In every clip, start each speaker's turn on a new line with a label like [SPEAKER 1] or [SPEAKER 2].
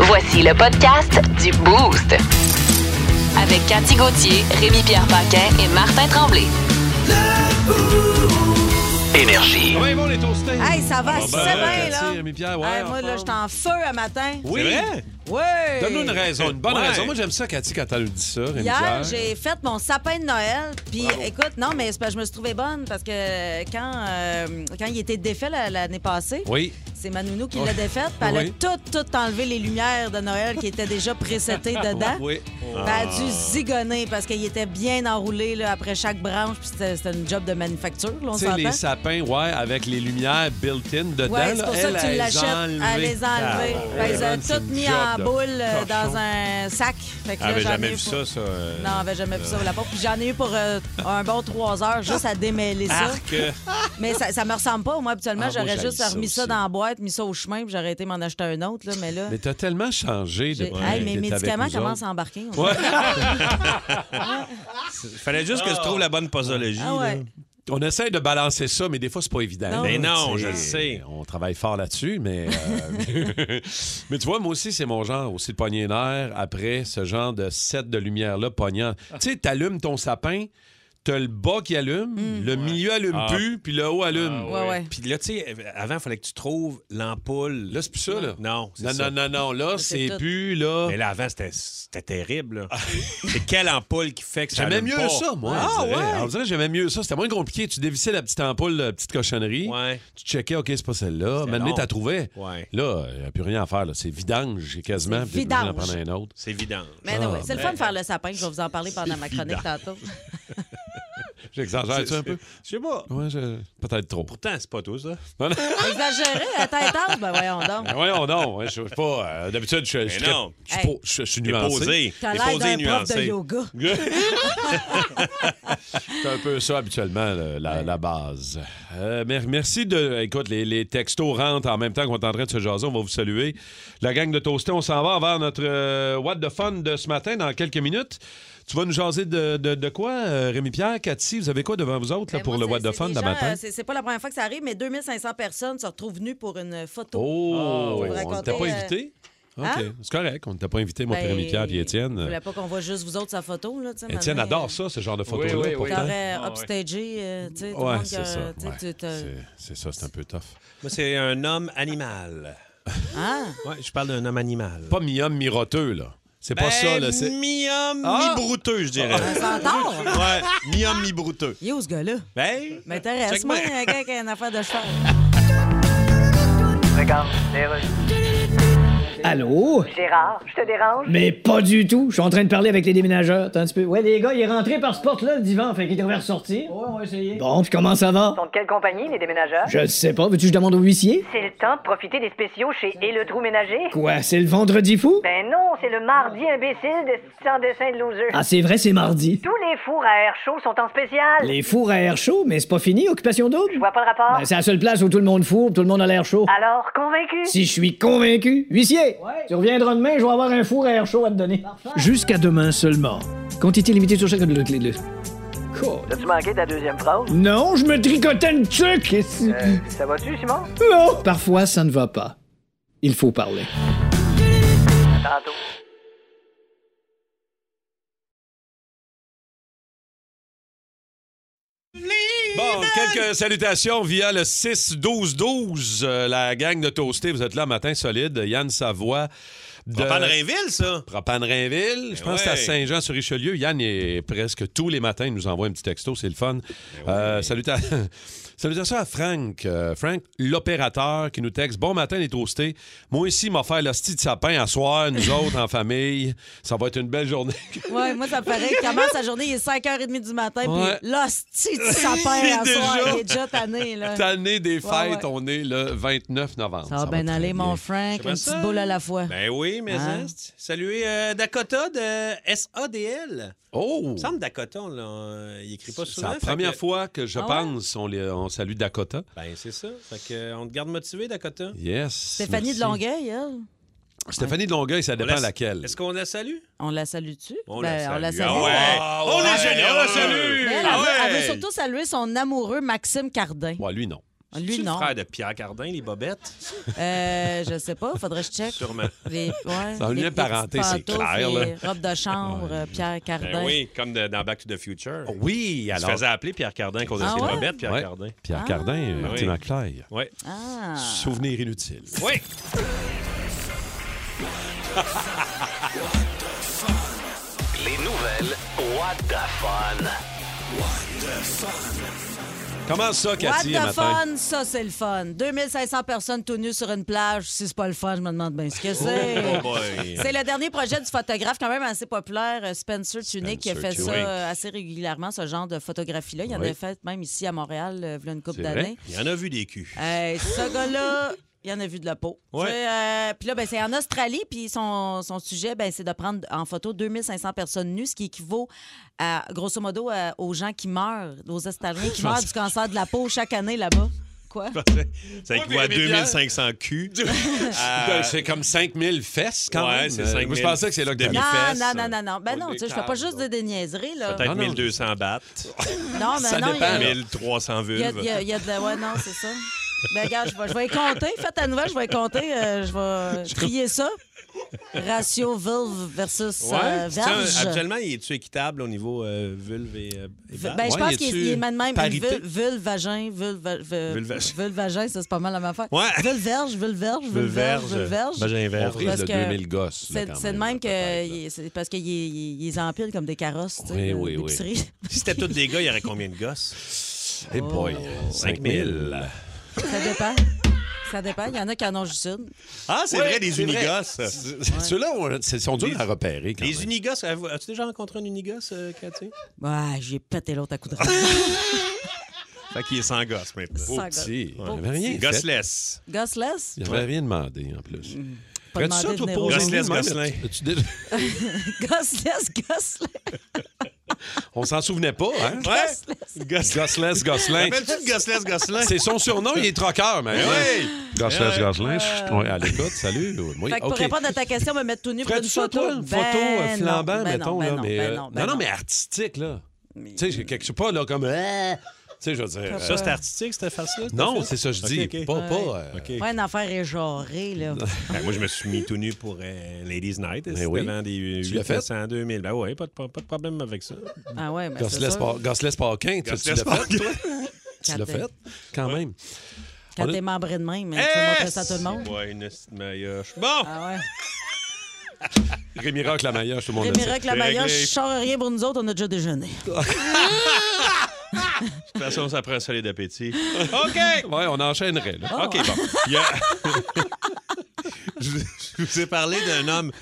[SPEAKER 1] Voici le podcast du Boost. Avec Cathy Gauthier, Rémi-Pierre Paquin et Martin Tremblay.
[SPEAKER 2] Énergie.
[SPEAKER 3] Ça va, Yvon, les toastés?
[SPEAKER 4] Hey, ça va,
[SPEAKER 3] bon,
[SPEAKER 4] c'est
[SPEAKER 3] ben,
[SPEAKER 4] bien, là.
[SPEAKER 3] merci, Rémi-Pierre, ouais,
[SPEAKER 4] Hey,
[SPEAKER 3] en
[SPEAKER 4] moi, là, je
[SPEAKER 3] forme.
[SPEAKER 4] suis en feu un matin.
[SPEAKER 3] Oui.
[SPEAKER 5] C'est vrai?
[SPEAKER 4] Ouais.
[SPEAKER 3] Donne-nous une raison, une bonne
[SPEAKER 5] Ouais.
[SPEAKER 3] raison. Moi, j'aime ça, Cathy, quand elle nous dit ça, Rémi
[SPEAKER 4] Hier,
[SPEAKER 3] Pierre.
[SPEAKER 4] j'ai fait mon sapin de Noël. Puis, écoute, non, mais c'est parce que je me suis trouvée bonne parce que quand, euh, quand il était défait la- l'année passée,
[SPEAKER 3] Oui.
[SPEAKER 4] c'est ma nounou qui
[SPEAKER 3] Oui.
[SPEAKER 4] l'a défaite. Puis, elle
[SPEAKER 3] Oui.
[SPEAKER 4] a tout, tout enlevé les lumières de Noël qui étaient déjà précétées dedans.
[SPEAKER 3] Oui.
[SPEAKER 4] Puis elle a dû zigonner parce qu'il était bien enroulé là, après chaque branche. Puis, c'était c'était une job de manufacture, là, on
[SPEAKER 3] Tu sais, les
[SPEAKER 4] s'entend.
[SPEAKER 3] sapins, ouais, avec les lumières built-in dedans.
[SPEAKER 4] Ouais, c'est
[SPEAKER 3] là,
[SPEAKER 4] pour ça
[SPEAKER 3] elle,
[SPEAKER 4] que tu
[SPEAKER 3] elle
[SPEAKER 4] l'achètes. Elle les a enlevés.
[SPEAKER 3] Ah,
[SPEAKER 4] Ben, ils ont
[SPEAKER 3] man, c'est
[SPEAKER 4] tout
[SPEAKER 3] une
[SPEAKER 4] mis
[SPEAKER 3] job
[SPEAKER 4] en
[SPEAKER 3] de
[SPEAKER 4] boule euh,
[SPEAKER 3] cochon.
[SPEAKER 4] dans un sac. Fait que là,
[SPEAKER 5] J'avais
[SPEAKER 4] j'en ai
[SPEAKER 5] jamais
[SPEAKER 4] eu
[SPEAKER 5] vu
[SPEAKER 4] pour-
[SPEAKER 5] ça, ça. euh,
[SPEAKER 4] Non, j'avais jamais vu ça au lapin. Puis j'en ai eu pour euh, un bon trois heures juste à démêler ça.
[SPEAKER 5] Arc. euh,
[SPEAKER 4] Mais ça, ça me ressemble pas. Moi, habituellement,
[SPEAKER 3] Ah, moi,
[SPEAKER 4] j'aurais
[SPEAKER 3] j'haïs
[SPEAKER 4] juste
[SPEAKER 3] ça
[SPEAKER 4] remis ça
[SPEAKER 3] aussi.
[SPEAKER 4] dans la boîte, mis ça au chemin, puis j'aurais été m'en acheter un autre. Là, mais là,
[SPEAKER 3] Mais t'as tellement changé
[SPEAKER 4] j'ai-
[SPEAKER 3] depuis.
[SPEAKER 4] Hey,
[SPEAKER 3] que
[SPEAKER 4] mes
[SPEAKER 3] t'es avec
[SPEAKER 4] médicaments
[SPEAKER 3] nous
[SPEAKER 4] commencent
[SPEAKER 3] autres.
[SPEAKER 4] à embarquer. on
[SPEAKER 3] Ouais.
[SPEAKER 4] dirait.
[SPEAKER 5] Fallait juste que je trouve la bonne posologie.
[SPEAKER 4] Ah ouais.
[SPEAKER 3] On essaie de balancer ça, mais des fois, c'est pas évident.
[SPEAKER 4] Non.
[SPEAKER 5] Mais non,
[SPEAKER 3] Tu
[SPEAKER 5] je le sais.
[SPEAKER 3] On travaille fort là-dessus, mais. euh, mais tu vois, moi aussi, c'est mon genre, aussi le pogner d'air après ce genre de set de lumière-là pognant.
[SPEAKER 4] Ah.
[SPEAKER 3] Tu sais, t'allumes ton sapin, t'as le bas qui allume,
[SPEAKER 4] Mm.
[SPEAKER 3] le milieu allume
[SPEAKER 5] Ah.
[SPEAKER 3] plus, puis le haut allume.
[SPEAKER 5] Ah
[SPEAKER 4] Ouais, ouais.
[SPEAKER 5] Puis là, tu sais, avant, il fallait que tu trouves l'ampoule.
[SPEAKER 3] Là, c'est plus ça, là.
[SPEAKER 5] Non, c'est
[SPEAKER 3] Non,
[SPEAKER 5] ça.
[SPEAKER 3] non, non, non, là,
[SPEAKER 4] c'est
[SPEAKER 3] c'est
[SPEAKER 4] tout.
[SPEAKER 3] plus, là.
[SPEAKER 5] Mais là, avant, c'était- c'était terrible. là. C'est quelle ampoule qui fait que ça
[SPEAKER 3] J'aimais
[SPEAKER 5] allume
[SPEAKER 3] mieux
[SPEAKER 5] pas?
[SPEAKER 3] ça, moi.
[SPEAKER 5] Ah,
[SPEAKER 3] on dirait.
[SPEAKER 5] ouais?
[SPEAKER 3] On dirait que j'aimais mieux ça. C'était moins compliqué. Tu dévissais la petite ampoule, la petite cochonnerie.
[SPEAKER 5] Ouais.
[SPEAKER 3] Tu checkais, OK, c'est pas celle-là. Maintenant,
[SPEAKER 5] long.
[SPEAKER 3] t'as trouvé.
[SPEAKER 5] Ouais.
[SPEAKER 3] Là, il n'y a plus rien à faire. là. C'est vidange, quasiment.
[SPEAKER 4] C'est
[SPEAKER 3] puis t'es obligé d'en
[SPEAKER 4] vidange.
[SPEAKER 3] prendre un autre.
[SPEAKER 5] C'est évident.
[SPEAKER 4] Mais
[SPEAKER 3] Ah,
[SPEAKER 4] anyway, c'est le fun de faire le sapin. Je vais vous en parler pendant ma chronique tantôt.
[SPEAKER 3] J'exagère-tu un peu?
[SPEAKER 5] Je sais pas.
[SPEAKER 3] Ouais, je- peut-être trop.
[SPEAKER 5] Pourtant, c'est pas tout, ça.
[SPEAKER 3] Non, non.
[SPEAKER 4] Exagéré, la tête haute, ben voyons donc.
[SPEAKER 3] Ben voyons, non. ouais, je suis pas. euh, D'habitude, je suis. je suis
[SPEAKER 5] Mais non.
[SPEAKER 3] très- je suis
[SPEAKER 4] Hey.
[SPEAKER 3] pro- Je je suis
[SPEAKER 5] T'es
[SPEAKER 3] nuancé.
[SPEAKER 5] posé.
[SPEAKER 4] T'as
[SPEAKER 5] T'es
[SPEAKER 4] l'air
[SPEAKER 5] posé et
[SPEAKER 4] d'un prof de
[SPEAKER 5] nuancé.
[SPEAKER 4] yoga.
[SPEAKER 3] C'est un peu ça habituellement, le- la, la base. Euh, mer- merci de. Écoute, les, les textos rentrent en même temps qu'on est en train de se jaser. On va vous saluer. La gang de Toasté, on s'en va vers notre euh, What the Fun de ce matin dans quelques minutes. Tu vas nous jaser de, de- de quoi, euh, Rémi Pierre, Cathy? Vous avez quoi devant vous autres là,
[SPEAKER 4] Ben,
[SPEAKER 3] pour
[SPEAKER 4] moi,
[SPEAKER 3] le
[SPEAKER 4] c'est-
[SPEAKER 3] What the
[SPEAKER 4] c'est
[SPEAKER 3] Fun
[SPEAKER 4] des
[SPEAKER 3] de
[SPEAKER 4] gens,
[SPEAKER 3] matin?
[SPEAKER 4] euh, c'est c'est pas la première fois que ça arrive, mais 2500 personnes se retrouvent nues pour une photo.
[SPEAKER 3] Oh,
[SPEAKER 4] Vous
[SPEAKER 3] on ne
[SPEAKER 4] racontez,
[SPEAKER 3] t'a pas
[SPEAKER 4] euh,
[SPEAKER 3] invité? OK,
[SPEAKER 4] hein?
[SPEAKER 3] c'est correct. On ne t'a pas invité, mon
[SPEAKER 4] Ben,
[SPEAKER 3] Rémi Pierre et Étienne.
[SPEAKER 4] Je voulais pas qu'on voit juste vous autres sa photo. Là, tu sais,
[SPEAKER 3] Étienne
[SPEAKER 4] maintenant,
[SPEAKER 3] adore ça, ce genre de photos-là.
[SPEAKER 6] oui, oui.
[SPEAKER 3] pourtant.
[SPEAKER 4] T'aurais
[SPEAKER 6] ouais.
[SPEAKER 4] upstagé, euh, tu sais, tout le
[SPEAKER 3] Ouais,
[SPEAKER 4] monde qui
[SPEAKER 3] c'est
[SPEAKER 4] a-
[SPEAKER 3] ça.
[SPEAKER 4] tu sais,
[SPEAKER 3] ouais.
[SPEAKER 4] tu t'as-
[SPEAKER 3] C'est- C'est ça, c'est un peu tough.
[SPEAKER 5] Moi, c'est un homme animal.
[SPEAKER 4] Hein?
[SPEAKER 5] Ouais, je parle d'un homme animal. Ben,
[SPEAKER 3] pas mi-homme, mi-roteux, là. C'est pas ça, là. C'est...
[SPEAKER 5] Mi-homme,
[SPEAKER 3] Ah!
[SPEAKER 5] mi-brouteux, je dirais.
[SPEAKER 4] Un centaure?
[SPEAKER 5] Ouais, mi-homme, mi-brouteux.
[SPEAKER 4] Il est où ce gars-là?
[SPEAKER 5] Ben,
[SPEAKER 4] M'intéresse, moi, un gars qui a une affaire de cheval.
[SPEAKER 6] Allô?
[SPEAKER 7] Gérard, je te dérange?
[SPEAKER 6] Mais pas du tout. Je suis en train de parler avec les déménageurs. Attends un petit peu. Ouais, les gars, il est rentré par ce porte-là, le divan. Fait qu'il devrait ressortir. Ouais, on va essayer. Bon, puis comment ça va?
[SPEAKER 7] Ils sont de quelle compagnie, les déménageurs?
[SPEAKER 6] Je sais pas. Veux-tu que je demande au huissier?
[SPEAKER 7] C'est le temps de profiter des spéciaux chez Et le Trou Ménager?
[SPEAKER 6] Quoi, c'est le vendredi fou?
[SPEAKER 7] Ben non, c'est le mardi imbécile de sans dessin de loser.
[SPEAKER 6] Ah, c'est vrai, c'est mardi.
[SPEAKER 7] Tous les fours à air chaud sont en spécial.
[SPEAKER 6] Les fours à air chaud, mais c'est pas fini, occupation
[SPEAKER 7] Je
[SPEAKER 6] double?
[SPEAKER 7] vois pas le rapport.
[SPEAKER 6] Ben, c'est la seule place où tout le monde fourre, tout le monde a l'air chaud.
[SPEAKER 7] Alors, convaincu?
[SPEAKER 6] Si je suis convaincu, huissier, tu reviendras demain, je vais avoir un four à air chaud à te donner. Jusqu'à demain seulement. Quantité limitée sur chaque... le- le- le-
[SPEAKER 7] T'as-tu manqué ta deuxième phrase? Euh,
[SPEAKER 6] Non, je me tricotais une tuque!
[SPEAKER 7] Ça va-tu, Simon?
[SPEAKER 6] Non. Parfois, ça ne va pas. Il faut parler.
[SPEAKER 7] Tantôt.
[SPEAKER 3] Bon, quelques salutations via le 6-12-12. euh, la gang de Toasté, vous êtes là matin solide. Yann Savoie de...
[SPEAKER 5] Propane Rainville, ça.
[SPEAKER 3] Propane Rainville. Je
[SPEAKER 5] Ben
[SPEAKER 3] pense que c'est à
[SPEAKER 5] ouais.
[SPEAKER 3] Saint-Jean-sur-Richelieu. Yann est presque tous les matins, il nous envoie un petit texto, c'est le
[SPEAKER 5] Ben
[SPEAKER 3] fun. Euh, saluta- Salutations à Frank. euh, Frank, l'opérateur qui nous texte Bon matin, les toastés. Moi aussi, m'a fait l'hostie de sapin à soir, nous autres en famille. Ça va être une belle journée.
[SPEAKER 4] Ouais, moi, ça me paraît. Il commence sa journée, il est 5h30 du matin,
[SPEAKER 3] Ouais.
[SPEAKER 4] puis l'hostie de sapin à
[SPEAKER 3] Déjà.
[SPEAKER 4] soir, il est déjà tanné, là. Ça
[SPEAKER 3] année des fêtes,
[SPEAKER 4] Ouais, ouais.
[SPEAKER 3] on est le 29 novembre.
[SPEAKER 4] va bien aller, ben, mon Frank, une
[SPEAKER 5] J'aimerais
[SPEAKER 4] petite
[SPEAKER 5] ça.
[SPEAKER 4] boule à la fois.
[SPEAKER 5] Ben oui, mais
[SPEAKER 4] Hein?
[SPEAKER 5] hein, c'est- Saluer euh, Dakota de SADL.
[SPEAKER 3] Oh!
[SPEAKER 5] Il me semble Dakota, on l'a- euh, il écrit pas
[SPEAKER 3] C'est
[SPEAKER 5] souvent.
[SPEAKER 3] la
[SPEAKER 5] fait
[SPEAKER 3] première
[SPEAKER 5] que-
[SPEAKER 3] fois que je
[SPEAKER 4] Ah ouais?
[SPEAKER 3] pense on, les- on salue Dakota.
[SPEAKER 5] Ben, c'est ça. Fait que, euh, on te garde motivé, Dakota.
[SPEAKER 3] Yes.
[SPEAKER 4] Stéphanie
[SPEAKER 3] merci.
[SPEAKER 4] de Longueuil, elle,
[SPEAKER 3] Stéphanie de Longueuil, ça
[SPEAKER 5] On
[SPEAKER 3] dépend
[SPEAKER 5] la-
[SPEAKER 3] laquelle.
[SPEAKER 5] Est-ce qu'on la salue?
[SPEAKER 4] on la salue-tu?
[SPEAKER 5] On
[SPEAKER 4] Ben,
[SPEAKER 5] la salue.
[SPEAKER 4] On la salue.
[SPEAKER 5] Ah ouais. On est généreux.
[SPEAKER 4] Mais elle,
[SPEAKER 5] Ah
[SPEAKER 4] elle veut-
[SPEAKER 5] ouais.
[SPEAKER 4] elle veut surtout saluer son amoureux Maxime Cardin.
[SPEAKER 3] Ouais, lui, non.
[SPEAKER 4] Lui,
[SPEAKER 5] C'est-tu le
[SPEAKER 4] non.
[SPEAKER 5] frère de Pierre Cardin, les bobettes?
[SPEAKER 4] Euh, je sais pas, faudrait que je check.
[SPEAKER 5] Sûrement.
[SPEAKER 4] Les, ouais,
[SPEAKER 3] Ça a un
[SPEAKER 4] les-
[SPEAKER 3] lien
[SPEAKER 4] les
[SPEAKER 3] parenté,
[SPEAKER 4] petites
[SPEAKER 3] c'est
[SPEAKER 4] pantoufles,
[SPEAKER 3] clair, là.
[SPEAKER 4] les robes de chambre, euh, Pierre Cardin.
[SPEAKER 5] Ben oui, comme de- dans Back to the Future.
[SPEAKER 3] Oui,
[SPEAKER 5] Il se faisait appeler Pierre Cardin qu'on
[SPEAKER 4] Ah
[SPEAKER 5] ah, les
[SPEAKER 4] ouais?
[SPEAKER 5] bobettes, Pierre
[SPEAKER 3] Ouais.
[SPEAKER 5] Cardin.
[SPEAKER 3] Pierre Cardin, Martin
[SPEAKER 5] Oui.
[SPEAKER 3] Maclaille.
[SPEAKER 5] Oui.
[SPEAKER 4] Ah.
[SPEAKER 3] Souvenir inutile.
[SPEAKER 5] Oui.
[SPEAKER 2] Les nouvelles What the Fun.
[SPEAKER 3] Comment ça,
[SPEAKER 4] What
[SPEAKER 3] Cathy,
[SPEAKER 4] the
[SPEAKER 3] matin?
[SPEAKER 4] fun, ça c'est le fun. 2500 personnes tout nues sur une plage, si c'est pas le fun, je me demande bien ce que c'est.
[SPEAKER 5] Oh boy.
[SPEAKER 4] C'est le dernier projet du photographe quand même assez populaire, euh, Spencer Tunick, qui a fait
[SPEAKER 3] Spencer
[SPEAKER 4] ça
[SPEAKER 3] Tunick.
[SPEAKER 4] euh, assez régulièrement, ce genre de photographie-là. Il en
[SPEAKER 3] Oui.
[SPEAKER 4] a fait même ici à Montréal, euh, v'là une couple
[SPEAKER 3] C'est vrai?
[SPEAKER 4] d'années.
[SPEAKER 5] Il y en a vu des culs.
[SPEAKER 4] Hey, ce gars-là, il en a vu de la peau. Tu
[SPEAKER 5] Ouais.
[SPEAKER 4] sais, euh, Puis là, ben, c'est en Australie, puis son, son sujet, ben, c'est de prendre en photo 2500 personnes nues, ce qui équivaut, à, grosso modo, à- aux gens qui meurent, aux Australiens qui meurent du cancer de la peau chaque année là-bas. Quoi?
[SPEAKER 5] Ça équivaut à
[SPEAKER 3] Rémi Pierre.
[SPEAKER 5] 2500 culs.
[SPEAKER 3] Ben, c'est comme 5000 fesses, quand
[SPEAKER 5] Euh, Ouais,
[SPEAKER 3] même.
[SPEAKER 5] c'est
[SPEAKER 3] Euh,
[SPEAKER 5] 5000
[SPEAKER 3] Moi, je pensais que c'est là que
[SPEAKER 5] demi-
[SPEAKER 4] Non,
[SPEAKER 5] les fesses,
[SPEAKER 4] non, non, non, non. Ben
[SPEAKER 5] au
[SPEAKER 4] non, tu sais, je fais pas
[SPEAKER 5] décalage,
[SPEAKER 4] juste des niaiseries, là.
[SPEAKER 5] Peut-être
[SPEAKER 3] Non, non.
[SPEAKER 5] 1200 battes,
[SPEAKER 4] Non, mais
[SPEAKER 3] Ça
[SPEAKER 4] non, il y a-
[SPEAKER 3] dépend, mais-
[SPEAKER 5] 1300
[SPEAKER 4] il y a,
[SPEAKER 5] vulves.
[SPEAKER 4] il y a- il y a de la... Ouais, non, c'est ça. Ben, regarde, je vais, je vais y compter. Faites à nouvelle, je vais y compter. euh, je vais trier ça. Ratio vulve versus
[SPEAKER 5] Ouais.
[SPEAKER 4] euh,
[SPEAKER 5] Tu sais,
[SPEAKER 4] verge.
[SPEAKER 5] Actuellement, il est-tu équitable au niveau euh, vulve et, euh, et
[SPEAKER 4] V-
[SPEAKER 5] batte?
[SPEAKER 4] Ben, je
[SPEAKER 3] Ouais,
[SPEAKER 4] pense
[SPEAKER 3] y
[SPEAKER 4] qu'il
[SPEAKER 3] a-tu
[SPEAKER 4] il est même même
[SPEAKER 3] parité?
[SPEAKER 4] vulve, vulve, vagin, vulve, va- v-
[SPEAKER 5] Vulve vagin.
[SPEAKER 4] vulve vagin, euh, ça c'est pas mal la même affaire.
[SPEAKER 5] Ouais.
[SPEAKER 4] Vulve verge, vulve verge, vulve verge, vulve verge.
[SPEAKER 5] Vagin
[SPEAKER 3] On
[SPEAKER 5] verge.
[SPEAKER 3] frise
[SPEAKER 4] Parce
[SPEAKER 3] de
[SPEAKER 4] que
[SPEAKER 3] 2000 gosses. là,
[SPEAKER 4] C'est
[SPEAKER 3] quand
[SPEAKER 4] c'est de même que
[SPEAKER 3] peut-être, là.
[SPEAKER 4] il- c'est parce qu'ils les empilent comme des carrosses, tu sais, de-
[SPEAKER 3] Oui, oui, oui.
[SPEAKER 4] d'épicerie.
[SPEAKER 5] Si c'était tous des gars, il y aurait combien de gosses?
[SPEAKER 3] Eh boy,
[SPEAKER 4] Oh.
[SPEAKER 3] 5000.
[SPEAKER 4] Ça dépend. Ça dépend. Il y en a qui en ont juste une.
[SPEAKER 5] Ah, c'est vrai, des unigosses.
[SPEAKER 3] Ceux-là, on- c'est- sont durs à repérer, quand
[SPEAKER 5] Les
[SPEAKER 3] même.
[SPEAKER 5] unigosses, avez-vous- as-tu déjà rencontré un unigosse, euh, Cathy?
[SPEAKER 4] Ouais, j'ai pété l'autre à coup de rame.
[SPEAKER 5] Fait qu'il est sans gosse maintenant.
[SPEAKER 4] Sans gosse.
[SPEAKER 3] Petit. Il
[SPEAKER 4] Beau
[SPEAKER 3] n'avait rien fait.
[SPEAKER 5] Gosseless.
[SPEAKER 4] Gosseless?
[SPEAKER 3] Il n'avait rien demandé, en plus.
[SPEAKER 4] Mm, Pas
[SPEAKER 3] Ferais-tu
[SPEAKER 4] demandé de
[SPEAKER 3] toi,
[SPEAKER 4] venir
[SPEAKER 3] pour
[SPEAKER 4] au
[SPEAKER 5] Gosselin,
[SPEAKER 3] aujourd'hui,
[SPEAKER 5] Gosselin.
[SPEAKER 3] même? As-tu déjà-
[SPEAKER 4] Gosseless, Gosseless.
[SPEAKER 3] On s'en souvenait pas, hein?
[SPEAKER 5] Ouais. Gosseless.
[SPEAKER 3] Gosseless, Gosselin.
[SPEAKER 5] Rappelles-tu de Gosseless, Gosselin?
[SPEAKER 3] C'est son surnom, il est troqueur, mais.
[SPEAKER 5] Oui.
[SPEAKER 3] Gosseless, Gosselin. chut, ouais, à l'écoute, salut. Oui,
[SPEAKER 4] Fait que
[SPEAKER 3] OK.
[SPEAKER 4] pour répondre à ta question, me mettre tout nu pour
[SPEAKER 3] Ferais-tu
[SPEAKER 4] une
[SPEAKER 3] ça,
[SPEAKER 4] photo.
[SPEAKER 3] toi, une
[SPEAKER 4] Ben
[SPEAKER 3] photo euh,
[SPEAKER 4] non,
[SPEAKER 3] flambant,
[SPEAKER 4] ben non,
[SPEAKER 3] mettons,
[SPEAKER 4] ben
[SPEAKER 3] là?
[SPEAKER 4] non,
[SPEAKER 3] mais,
[SPEAKER 4] ben
[SPEAKER 3] euh,
[SPEAKER 4] non, ben
[SPEAKER 3] non, mais artistique, là. Tu sais, j'ai quelque chose, pas là comme. euh, Tu sais, je veux dire. euh,
[SPEAKER 5] Ça, c'est artistique, cette farce-là? que t'as
[SPEAKER 3] non,
[SPEAKER 5] fait?
[SPEAKER 3] c'est ça que je
[SPEAKER 5] Ok,
[SPEAKER 3] dis.
[SPEAKER 5] ok.
[SPEAKER 3] Pas, pas. euh,
[SPEAKER 5] OK.
[SPEAKER 4] Pas une affaire éjarée, là.
[SPEAKER 5] Ben, moi, je me suis mis tout nu pour euh, Ladies Night. C'était
[SPEAKER 3] Ben oui.
[SPEAKER 5] l'an des
[SPEAKER 3] Tu l'as fait?
[SPEAKER 5] 800, 2000. Ben oui, pas de, pas de problème avec ça.
[SPEAKER 4] Ah ouais, mais c'est
[SPEAKER 3] Gosseless
[SPEAKER 4] sûr.
[SPEAKER 3] Par- Gosseless Parkin, tu tu l'as
[SPEAKER 5] Gosseless
[SPEAKER 3] fait, toi? Tu
[SPEAKER 4] Quand
[SPEAKER 3] l'as
[SPEAKER 4] t'es-
[SPEAKER 3] fait? Quand même.
[SPEAKER 4] Quand
[SPEAKER 3] On a-
[SPEAKER 4] t'es membré de même, hein, tu veux montrer ça à tout le monde.
[SPEAKER 5] Ouais, une petite maillotche. Bon!
[SPEAKER 4] Ah ouais.
[SPEAKER 3] Rémi Rock, la maillage, tout le monde
[SPEAKER 4] Les
[SPEAKER 3] le sait.
[SPEAKER 4] miracles, la maillot,
[SPEAKER 5] réglé.
[SPEAKER 4] je sors rien pour nous autres, on a déjà déjeuné.
[SPEAKER 5] De toute façon, ça prend un solide appétit.
[SPEAKER 3] OK! Ouais, on enchaînerait,
[SPEAKER 4] Oh.
[SPEAKER 3] là.
[SPEAKER 5] OK, bon. Il y a- je, vous- je vous ai parlé d'un homme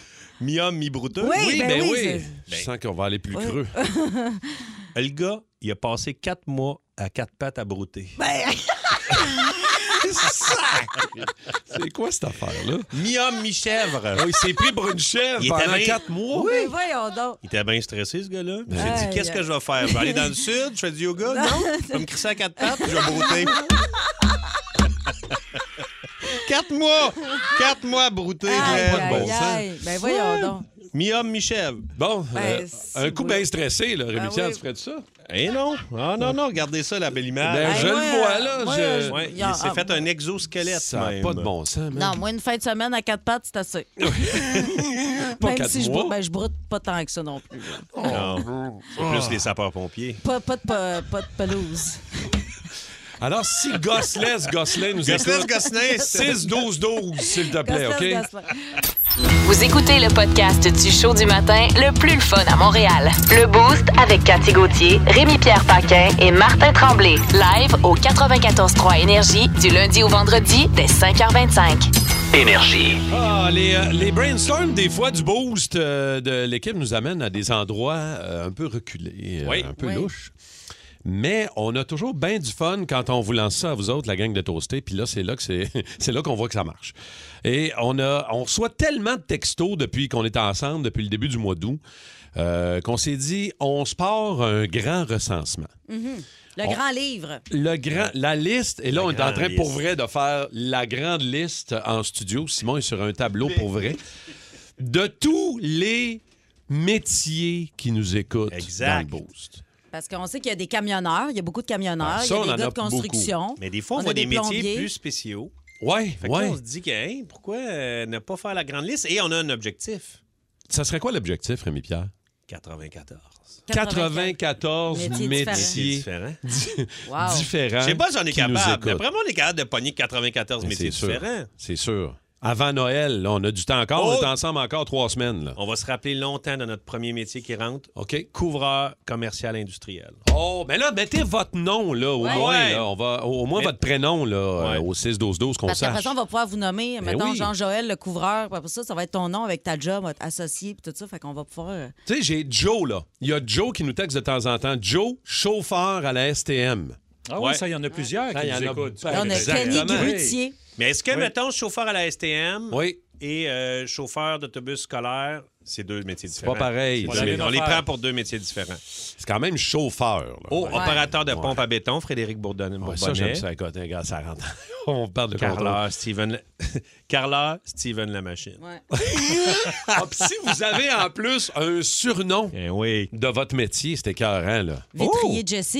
[SPEAKER 5] mi-homme, mi-brouteux.
[SPEAKER 4] Oui, ben
[SPEAKER 3] mais
[SPEAKER 4] oui,
[SPEAKER 3] Je sens qu'on va aller plus creux.
[SPEAKER 5] Le gars, il a passé quatre mois à quatre pattes à brouter.
[SPEAKER 4] Ben,
[SPEAKER 3] C'est quoi cette affaire-là?
[SPEAKER 5] Mi-homme, mi-chèvre.
[SPEAKER 3] il s'est pris pour une chèvre
[SPEAKER 5] Il était
[SPEAKER 3] pendant
[SPEAKER 5] bien-
[SPEAKER 3] quatre mois.
[SPEAKER 4] ben voyons donc.
[SPEAKER 5] Il était bien stressé, ce gars-là. Il
[SPEAKER 4] Aïe,
[SPEAKER 5] s'est
[SPEAKER 4] aïe.
[SPEAKER 5] dit, qu'est-ce que je vais faire? Je vais aller dans le sud, je fais du yoga? Non? Je vais me crisser à quatre pattes, puis je vais brouter. quatre mois! Quatre mois à brouter.
[SPEAKER 4] Aïe,
[SPEAKER 5] Fred.
[SPEAKER 4] aïe, aïe. Ben voyons donc.
[SPEAKER 5] Mi-homme, mi-chèvre.
[SPEAKER 3] Bon,
[SPEAKER 4] Ben,
[SPEAKER 3] euh,
[SPEAKER 4] c'est
[SPEAKER 3] un coup
[SPEAKER 4] beau.
[SPEAKER 3] bien stressé, là. Rémi
[SPEAKER 4] Ben
[SPEAKER 3] Pierre,
[SPEAKER 4] oui.
[SPEAKER 3] tu ferais de ça?
[SPEAKER 5] Eh non! Ah non, non, regardez ça, la belle image.
[SPEAKER 3] Ben,
[SPEAKER 4] Hey,
[SPEAKER 3] je
[SPEAKER 4] moi,
[SPEAKER 3] le
[SPEAKER 4] euh,
[SPEAKER 3] vois, là.
[SPEAKER 4] moi,
[SPEAKER 3] je-
[SPEAKER 4] euh,
[SPEAKER 5] Ouais,
[SPEAKER 4] y a-
[SPEAKER 5] il s'est
[SPEAKER 4] ah,
[SPEAKER 5] fait un exosquelette,
[SPEAKER 3] Ça n'a
[SPEAKER 5] même.
[SPEAKER 3] pas de bon sens, man.
[SPEAKER 4] Non, moi, une fin de semaine à quatre pattes, c'est assez.
[SPEAKER 3] Pas
[SPEAKER 4] Même
[SPEAKER 3] quatre
[SPEAKER 4] si je
[SPEAKER 3] mois.
[SPEAKER 4] broute, ben, je broute pas tant que ça non plus. là.
[SPEAKER 5] Non. C'est plus les sapeurs-pompiers.
[SPEAKER 4] Pas, pas, de, pas, pas de pelouse.
[SPEAKER 3] Alors, si Gosseless, Gosselin nous
[SPEAKER 5] Gosselin,
[SPEAKER 3] écoute,
[SPEAKER 5] Gosselin, c'est...
[SPEAKER 3] 6-12-12, s'il te plaît,
[SPEAKER 4] Gosselin,
[SPEAKER 3] OK?
[SPEAKER 4] Gosselin.
[SPEAKER 1] Vous écoutez le podcast du show du matin le plus le fun à Montréal. Le Boost avec Cathy Gauthier, Rémi-Pierre Paquin et Martin Tremblay. Live au 94.3 Énergie du lundi au vendredi dès 5h25.
[SPEAKER 2] Énergie.
[SPEAKER 3] Ah, les, euh, les brainstorms, des fois, du boost euh, de l'équipe nous amènent à des endroits euh, un peu reculés, euh,
[SPEAKER 5] Oui.
[SPEAKER 3] un peu
[SPEAKER 4] Oui.
[SPEAKER 3] louches. Mais on a toujours bien du fun quand on vous lance ça à vous autres, la gang de Toasté. Puis là, c'est là que c'est, c'est là qu'on voit que ça marche. Et on, a, on reçoit tellement de textos depuis qu'on est ensemble, depuis le début du mois d'août, euh, qu'on s'est dit, on se part un grand recensement
[SPEAKER 4] Le grand livre.
[SPEAKER 3] le grand, la liste, et là, on est en
[SPEAKER 5] grande
[SPEAKER 3] train pour
[SPEAKER 5] liste.
[SPEAKER 3] vrai de faire la grande liste en studio. Simon est sur un tableau pour vrai. De tous les métiers qui nous écoutent
[SPEAKER 5] Exact.
[SPEAKER 3] dans le Boost.
[SPEAKER 4] Parce qu'on sait qu'il y a des camionneurs, il y a beaucoup de camionneurs,
[SPEAKER 3] Ah,
[SPEAKER 4] il
[SPEAKER 3] ça,
[SPEAKER 4] y a
[SPEAKER 3] on
[SPEAKER 4] des
[SPEAKER 3] en
[SPEAKER 4] gars
[SPEAKER 3] a
[SPEAKER 4] de construction.
[SPEAKER 5] Mais des fois, on,
[SPEAKER 4] On a
[SPEAKER 5] voit des,
[SPEAKER 4] des
[SPEAKER 5] métiers
[SPEAKER 4] plombiers.
[SPEAKER 5] plus spéciaux.
[SPEAKER 3] Ouais,
[SPEAKER 5] Fait que là,
[SPEAKER 3] ouais.
[SPEAKER 5] on se dit que, hey, pourquoi euh, ne pas faire la grande liste? Et on a un objectif.
[SPEAKER 3] Ça serait quoi l'objectif, Rémi Pierre?
[SPEAKER 5] 94.
[SPEAKER 3] 94
[SPEAKER 4] Métiers
[SPEAKER 5] C'est
[SPEAKER 3] métiers
[SPEAKER 5] différent.
[SPEAKER 4] Wow.
[SPEAKER 3] différents.
[SPEAKER 5] Je sais pas si on est
[SPEAKER 3] qui nous
[SPEAKER 5] capable.
[SPEAKER 3] écoutent.
[SPEAKER 5] D'après moi, on est capable de pogner 94
[SPEAKER 3] Mais
[SPEAKER 5] métiers
[SPEAKER 3] c'est sûr.
[SPEAKER 5] différents.
[SPEAKER 3] C'est sûr. Avant Noël, là, on a du temps encore. On
[SPEAKER 5] Oh!
[SPEAKER 3] est ensemble encore trois semaines. Là.
[SPEAKER 5] On va se rappeler longtemps de notre premier métier qui rentre.
[SPEAKER 3] OK.
[SPEAKER 5] Couvreur commercial industriel.
[SPEAKER 3] Oh, mais là, mettez votre nom, là, au
[SPEAKER 5] Ouais.
[SPEAKER 3] moins. là. On va, au au moins
[SPEAKER 5] Mais-
[SPEAKER 3] votre prénom, là,
[SPEAKER 5] Ouais.
[SPEAKER 3] euh, au 6-12-12 qu'on
[SPEAKER 4] Parce qu'après
[SPEAKER 3] sache.
[SPEAKER 4] ça, on va pouvoir vous nommer,
[SPEAKER 3] Ben
[SPEAKER 4] mettons,
[SPEAKER 3] oui.
[SPEAKER 4] Jean-Joël, le couvreur. Puis Après ça, ça va être ton nom avec ta job, votre associé, puis tout ça. Fait qu'on va pouvoir... euh,
[SPEAKER 3] Tu sais, j'ai Joe, là. Il y a Joe qui nous texte de temps en temps. Joe, chauffeur à la STM.
[SPEAKER 8] Ah
[SPEAKER 5] Ouais.
[SPEAKER 8] oui, ça, il y en a plusieurs
[SPEAKER 3] Ça,
[SPEAKER 8] qui
[SPEAKER 3] il y
[SPEAKER 8] nous
[SPEAKER 3] en a
[SPEAKER 8] écoutent.
[SPEAKER 3] plein.
[SPEAKER 4] Là, on a Kenny
[SPEAKER 3] Exactement.
[SPEAKER 4] Grutier.
[SPEAKER 5] Mais est-ce que, mettons, chauffeur à la STM
[SPEAKER 3] Oui.
[SPEAKER 5] et euh, chauffeur d'autobus scolaire, c'est deux métiers différents?
[SPEAKER 3] pas pareil.
[SPEAKER 5] On,
[SPEAKER 3] C'est
[SPEAKER 5] les-
[SPEAKER 8] la même
[SPEAKER 5] on les
[SPEAKER 8] affaire.
[SPEAKER 5] prend pour deux métiers différents.
[SPEAKER 3] C'est quand même chauffeur. Là.
[SPEAKER 5] Oh,
[SPEAKER 3] Ouais.
[SPEAKER 5] opérateur de pompe à béton, Frédéric Bourdonnet.
[SPEAKER 3] Ouais, ça, j'aime ça. Écoute, hein, gars, ça rentre. on parle de contrôle.
[SPEAKER 5] Carleur, Steven... Carleur, Steven la machine.
[SPEAKER 4] Ouais.
[SPEAKER 3] Ah, pis si vous avez en plus un surnom
[SPEAKER 5] Eh oui.
[SPEAKER 3] de votre métier, c'est écœurant, là.
[SPEAKER 4] Vitrier
[SPEAKER 5] Oh!
[SPEAKER 4] Jesse.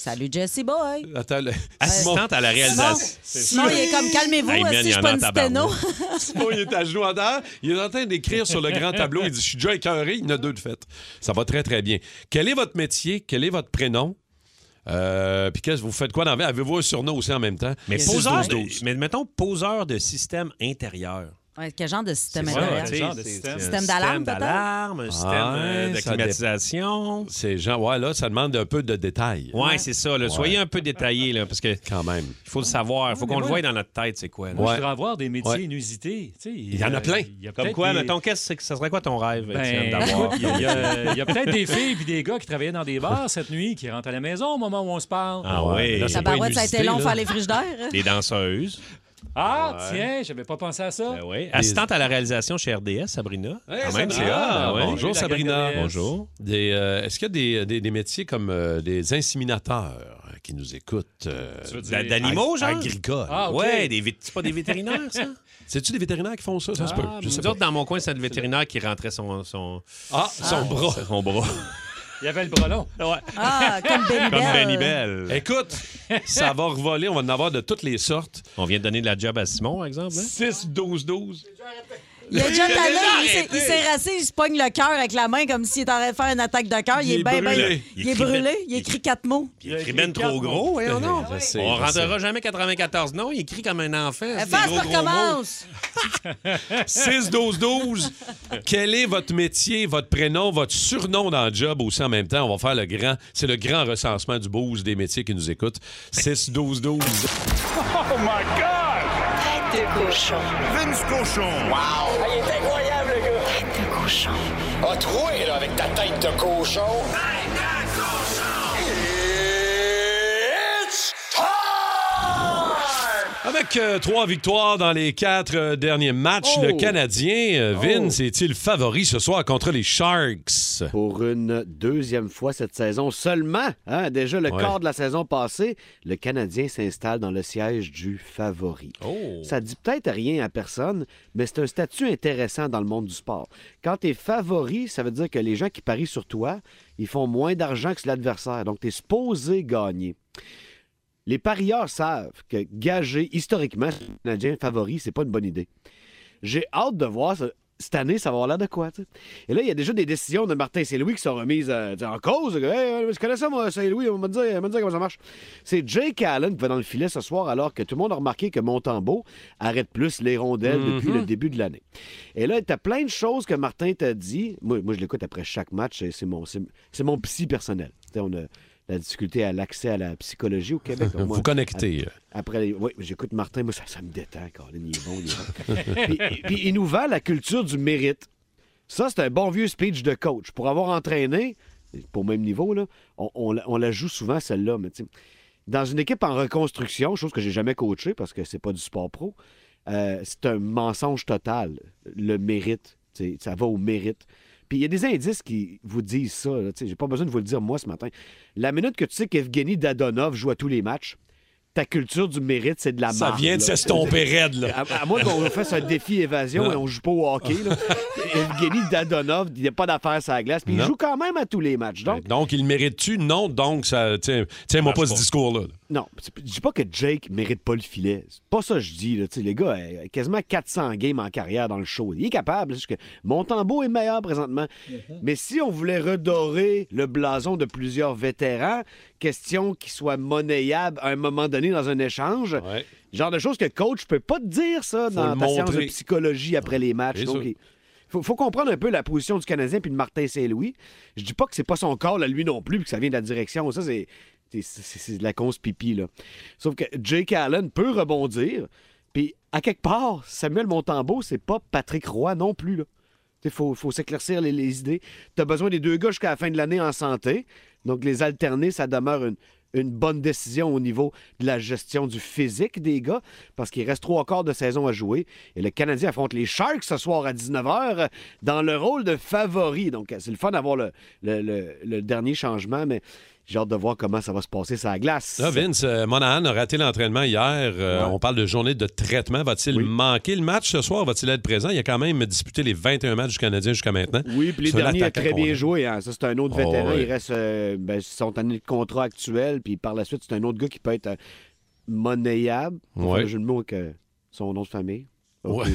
[SPEAKER 4] Salut, Jesse Boy.
[SPEAKER 3] Attends, le...
[SPEAKER 5] Assistante à la réalisation.
[SPEAKER 4] Simon, il est comme calmez-vous,
[SPEAKER 5] Hey, man,
[SPEAKER 4] euh,
[SPEAKER 5] il
[SPEAKER 4] si
[SPEAKER 5] y
[SPEAKER 4] je
[SPEAKER 5] en
[SPEAKER 4] suis
[SPEAKER 5] a
[SPEAKER 4] pas
[SPEAKER 5] en
[SPEAKER 4] une sténo.
[SPEAKER 5] tabarnak.
[SPEAKER 3] Simon, il est à genoux en terre. Il est en train d'écrire sur le grand tableau. Il dit Je suis déjà écœuré. Il y en a deux de fait. Ça va très, très bien. Quel est votre métier Quel est votre prénom Euh, Puis qu'est-ce que vous faites quoi dans la vie Avez-vous un surnom aussi en même temps
[SPEAKER 5] Mais
[SPEAKER 4] Il y a
[SPEAKER 5] poseur,
[SPEAKER 3] 6-12-12.
[SPEAKER 5] de, mais mettons poseur de système intérieur.
[SPEAKER 4] Ouais, quel genre de système
[SPEAKER 5] C'est
[SPEAKER 8] ça,
[SPEAKER 4] intérieur?
[SPEAKER 8] ouais.
[SPEAKER 5] tu sais,
[SPEAKER 8] genre de
[SPEAKER 5] c'est-
[SPEAKER 8] système.
[SPEAKER 5] c'est un
[SPEAKER 4] Système d'alarme, peut-être?
[SPEAKER 5] d'alarme, un système
[SPEAKER 3] Ah,
[SPEAKER 5] euh, de
[SPEAKER 3] ça dépend.
[SPEAKER 5] climatisation.
[SPEAKER 3] Ces gens, ouais, là, ça demande un peu de détails.
[SPEAKER 5] Ouais, c'est ça. là. Soyez un peu détaillé, là, parce que il
[SPEAKER 3] Quand même.
[SPEAKER 5] faut le savoir. Il faut
[SPEAKER 8] Ouais,
[SPEAKER 5] qu'on
[SPEAKER 8] mais
[SPEAKER 5] le
[SPEAKER 8] moi-
[SPEAKER 5] voie dans notre tête, c'est quoi. là.
[SPEAKER 8] Moi,
[SPEAKER 3] Ouais.
[SPEAKER 8] je voudrais avoir des métiers
[SPEAKER 3] Ouais.
[SPEAKER 8] inusités. Tu sais,
[SPEAKER 3] y en a
[SPEAKER 8] euh,
[SPEAKER 3] plein.
[SPEAKER 8] il y a
[SPEAKER 5] Comme
[SPEAKER 8] peut-être
[SPEAKER 5] quoi,
[SPEAKER 8] des-
[SPEAKER 5] mettons, qu'est-ce que ça serait quoi ton rêve, Étienne,
[SPEAKER 8] Ben,
[SPEAKER 5] d'avoir?
[SPEAKER 8] écoute, il y a- il y a, il y a peut-être des filles et des gars qui travaillaient dans des bars cette nuit, qui rentrent à la maison au moment où on se parle.
[SPEAKER 5] Ah oui.
[SPEAKER 3] Là, c'est
[SPEAKER 4] La
[SPEAKER 3] pas
[SPEAKER 4] barouette, ça a été
[SPEAKER 3] inusité,
[SPEAKER 4] long
[SPEAKER 3] là.
[SPEAKER 4] faire les frigidaires.
[SPEAKER 5] Des danseuses.
[SPEAKER 8] Ah, tiens, j'avais pas pensé à ça.
[SPEAKER 5] Ben oui. Assistante à la réalisation chez RDS, Sabrina.
[SPEAKER 3] Hey,
[SPEAKER 5] Quand même,
[SPEAKER 3] Sabrina.
[SPEAKER 5] c'est
[SPEAKER 3] Ah,
[SPEAKER 5] hot, ben ouais.
[SPEAKER 3] bonjour,
[SPEAKER 8] La
[SPEAKER 3] Sabrina.
[SPEAKER 8] gardelette.
[SPEAKER 5] Bonjour.
[SPEAKER 3] Des, euh, Est-ce qu'il y a des, des- des métiers comme euh, des inséminateurs euh, qui nous écoutent euh,
[SPEAKER 8] Tu veux dire-
[SPEAKER 5] D'a- D'animaux, genre?
[SPEAKER 3] Agricoles.
[SPEAKER 8] Ah, ok.
[SPEAKER 5] Ouais, des vét- c'est pas des vétérinaires, ça?
[SPEAKER 3] C'est-tu des vétérinaires qui font ça? Ça se peut. Je sais
[SPEAKER 5] Nous
[SPEAKER 3] pas.
[SPEAKER 5] autres, dans Ah, mon coin, c'est le vétérinaire qui rentrait son, son,
[SPEAKER 3] Ah, son bras.
[SPEAKER 5] son bras.
[SPEAKER 8] Il y avait le brelon.
[SPEAKER 5] Ouais.
[SPEAKER 4] Ah, comme Benny
[SPEAKER 5] Comme
[SPEAKER 4] Bell.
[SPEAKER 5] Benny Bell.
[SPEAKER 3] Écoute, ça va revoler. On va en avoir de toutes les sortes.
[SPEAKER 5] On vient de donner de la job à Simon, par exemple. hein?
[SPEAKER 3] 6-12-12.
[SPEAKER 4] Il est déjà
[SPEAKER 3] Il a
[SPEAKER 4] tanné,
[SPEAKER 3] déjà
[SPEAKER 4] il s'est-
[SPEAKER 3] arrêté.
[SPEAKER 4] il s'est rassé, il se pogne le cœur avec la main comme s'il était en train de faire une attaque de cœur. Il, est bien,
[SPEAKER 5] brûlé.
[SPEAKER 4] brûlé.
[SPEAKER 5] Il
[SPEAKER 4] Il est
[SPEAKER 5] écrit-
[SPEAKER 4] brûlé, il écrit quatre mots.
[SPEAKER 5] Il écrit ben trop gros, voyons donc.
[SPEAKER 3] Je sais,
[SPEAKER 5] On
[SPEAKER 3] je
[SPEAKER 5] rentrera jamais 94 non, il écrit comme un enfant.
[SPEAKER 9] Euh,
[SPEAKER 5] c'est des
[SPEAKER 4] Face,
[SPEAKER 5] gros,
[SPEAKER 4] ça
[SPEAKER 5] gros mots.
[SPEAKER 4] recommence.
[SPEAKER 3] 6-12-12. Quel est votre métier, votre prénom, votre surnom dans le job aussi en même temps? On va faire le grand. C'est le grand recensement du boost des métiers qui nous écoutent. 6-12-12.
[SPEAKER 1] Tête de cochon.
[SPEAKER 10] Ah, Il est incroyable, le gars!
[SPEAKER 1] Tête de cochon.
[SPEAKER 10] A troué, là, avec ta tête de cochon! Tête de cochon! It's time!
[SPEAKER 3] Avec euh, trois victoires dans les quatre euh, derniers matchs,
[SPEAKER 5] Oh!
[SPEAKER 3] le
[SPEAKER 9] Oh!
[SPEAKER 3] Canadien, euh, Vince, est-il favori ce soir contre les Sharks?
[SPEAKER 9] Pour une deuxième fois cette saison seulement, hein, déjà le
[SPEAKER 3] Ouais.
[SPEAKER 9] quart de la saison passée, le Canadien s'installe dans le siège du favori.
[SPEAKER 3] Oh.
[SPEAKER 9] Ça dit peut-être rien à personne, mais c'est un statut intéressant dans le monde du sport. Quand tu es favori, ça veut dire que les gens qui parient sur toi, ils font moins d'argent que sur l'adversaire. Donc, tu es supposé gagner. Les parieurs savent que gager historiquement sur le Canadien favori, c'est pas une bonne idée. J'ai hâte de voir ça- Cette année, ça va avoir l'air de quoi, tu sais. Et là, il y a déjà des décisions de Martin Saint-Louis qui sont remises euh, tu sais, en cause. Hey, euh, je connais ça, moi, Saint-Louis, on va me dire, on va me dire comment ça marche. C'est Jake Allen qui va dans le filet ce soir, alors que tout le monde a remarqué que Montembeau arrête plus les rondelles depuis le début de l'année. Et là, t'as plein de choses que Martin t'a dit. Moi, moi je l'écoute après chaque match, et c'est mon, c'est c'est mon psy personnel. Tu sais, on a la difficulté à l'accès à la psychologie au Québec. Au moins,
[SPEAKER 3] Vous connectez.
[SPEAKER 9] après, les- oui, j'écoute Martin, moi, ça, ça me détend, Colin, il est bon, il est bon. puis, puis il nous vend la culture du mérite. Ça, c'est un bon vieux speech de coach. Pour avoir entraîné, pour même niveau, là, on, on la- on la joue souvent, celle-là, mais tu sais, dans une équipe en reconstruction, chose que j'ai jamais coachée parce que c'est pas du sport pro, euh, c'est un mensonge total, le mérite. Tu sais, Ça va au mérite. Puis il y a des indices qui vous disent ça. là, tu sais, J'ai pas besoin de vous le dire moi ce matin. La minute que tu sais qu'Evgeny Dadonov joue à tous les matchs, ta culture du mérite, c'est de la Ah,
[SPEAKER 3] Ça
[SPEAKER 9] marde,
[SPEAKER 3] vient de
[SPEAKER 9] là. Ah,
[SPEAKER 3] s'estomper raide, là.
[SPEAKER 9] À, à moins qu'on fasse un défi évasion et on joue pas au hockey, là. Evgeny Dadonov, il n'y a pas d'affaires sur la glace, puis il
[SPEAKER 3] Non.
[SPEAKER 9] joue quand même à tous les matchs. Donc,
[SPEAKER 3] Donc, il mérite-tu? Non, donc, ça. Tiens, tiens moi pas ce discours-là.
[SPEAKER 9] Non, c'est- je dis pas que Jake mérite pas le filet. C'est pas ça que je dis. Là. Tu sais, Le gars a quasiment 400 games en carrière dans le show. Il est capable. c'est juste que Montembeau est meilleur présentement. Mais si on voulait redorer le blason de plusieurs vétérans, question qui soit monnayable à un moment donné dans un échange, genre de choses que coach peut pas te dire ça dans
[SPEAKER 3] le
[SPEAKER 9] ta séance de
[SPEAKER 3] montrer.
[SPEAKER 9] psychologie après les matchs.
[SPEAKER 3] C'est
[SPEAKER 9] Donc,
[SPEAKER 3] sûr.
[SPEAKER 9] il- faut, faut comprendre un peu la position du Canadien puis de Martin Saint-Louis. Je dis pas que c'est pas son corps, là, lui non plus, puis que ça vient de la direction. Ça, c'est, c'est, c'est- c'est de la cause pipi, là. Sauf que Jake Allen peut rebondir. Puis, à quelque part, Samuel Montembeau, c'est pas Patrick Roy non plus, là. Il faut, faut s'éclaircir les, les idées. Tu as besoin des deux gars jusqu'à la fin de l'année en santé. Donc, les alterner, ça demeure une, une bonne décision au niveau de la gestion du physique des gars, parce qu'il reste trois quarts de saison à jouer. Et le Canadien affronte les Sharks ce soir à 19h euh, dans le rôle de favori. Donc, euh, c'est le fun d'avoir le, le- le- le dernier changement, mais j'ai hâte de voir comment ça va se passer sur la glace.
[SPEAKER 3] Là, Vince, euh, Monahan a raté l'entraînement hier. Euh, On parle de journée de traitement. Va-t-il manquer le match ce soir? Va-t-il être présent? Il a quand même disputé les 21 matchs du Canadien jusqu'à maintenant.
[SPEAKER 9] Oui, puis les
[SPEAKER 3] C'est
[SPEAKER 9] derniers ont
[SPEAKER 3] l'attaquant
[SPEAKER 9] très
[SPEAKER 3] qu'on
[SPEAKER 9] bien
[SPEAKER 3] a.
[SPEAKER 9] joué. hein. Ça, c'est un autre
[SPEAKER 3] Oh,
[SPEAKER 9] vétéran.
[SPEAKER 3] ouais.
[SPEAKER 9] Il reste euh, ben, son année de contrat actuel. Puis par la suite, c'est un autre gars qui peut être euh, monnayable. Pour
[SPEAKER 3] Ouais.
[SPEAKER 9] faire le jeu de mots avec euh, son nom de famille. Ok,
[SPEAKER 3] Ouais.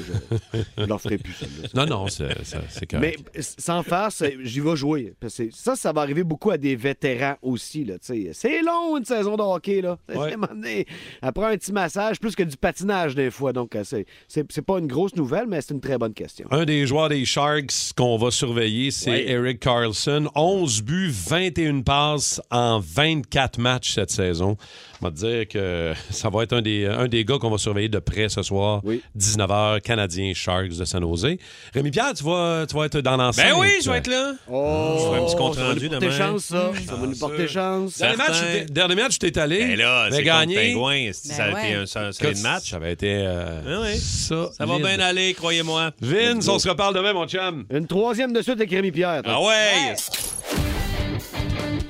[SPEAKER 9] je, je leur ferai plus celle-là.
[SPEAKER 3] Non, non, c'est ça, c'est correct.
[SPEAKER 9] Mais s- sans faire, c'est- j'y vais jouer. Parce que ça, ça va arriver beaucoup à des vétérans aussi. là, tu sais. c'est long une saison de hockey. Là. À un moment donné, Après un petit massage, plus que du patinage des fois. Donc, euh, c'est- c'est c'est pas une grosse nouvelle, mais c'est une très bonne question.
[SPEAKER 3] Un des joueurs des Sharks qu'on va surveiller, c'est Eric Carlson. 11 buts, 21 passes en 24 matchs cette saison. On va te dire que ça va être un des, un des gars qu'on va surveiller de près ce soir. 19h, Canadien Sharks de San Jose. Rémi Pierre, tu vas, tu vas être dans l'ensemble.
[SPEAKER 5] Ben oui, je vais être là.
[SPEAKER 9] Oh,
[SPEAKER 5] je ferai un petit compte
[SPEAKER 9] ça va nous
[SPEAKER 5] rendu
[SPEAKER 9] porter
[SPEAKER 5] demain.
[SPEAKER 9] chance, ça. Ça va nous porter chance.
[SPEAKER 3] Dernier match,
[SPEAKER 5] Certain.
[SPEAKER 3] t'es- dernier match, tu t'es allé.
[SPEAKER 5] Ben là,
[SPEAKER 3] T'as
[SPEAKER 5] c'est
[SPEAKER 3] gagné.
[SPEAKER 5] contre Pingouin, c'est- ça a
[SPEAKER 3] Ben
[SPEAKER 5] été
[SPEAKER 3] ouais.
[SPEAKER 5] un ça- ça a été
[SPEAKER 3] Écoute,
[SPEAKER 5] le match.
[SPEAKER 3] Ça avait été. euh,
[SPEAKER 5] Ah oui.
[SPEAKER 3] Ça,
[SPEAKER 5] Ça va
[SPEAKER 3] vide.
[SPEAKER 5] bien aller, croyez-moi.
[SPEAKER 3] Vince, on se reparle demain, mon chum.
[SPEAKER 9] Une troisième de suite avec Rémi Pierre.
[SPEAKER 5] Ah ouais!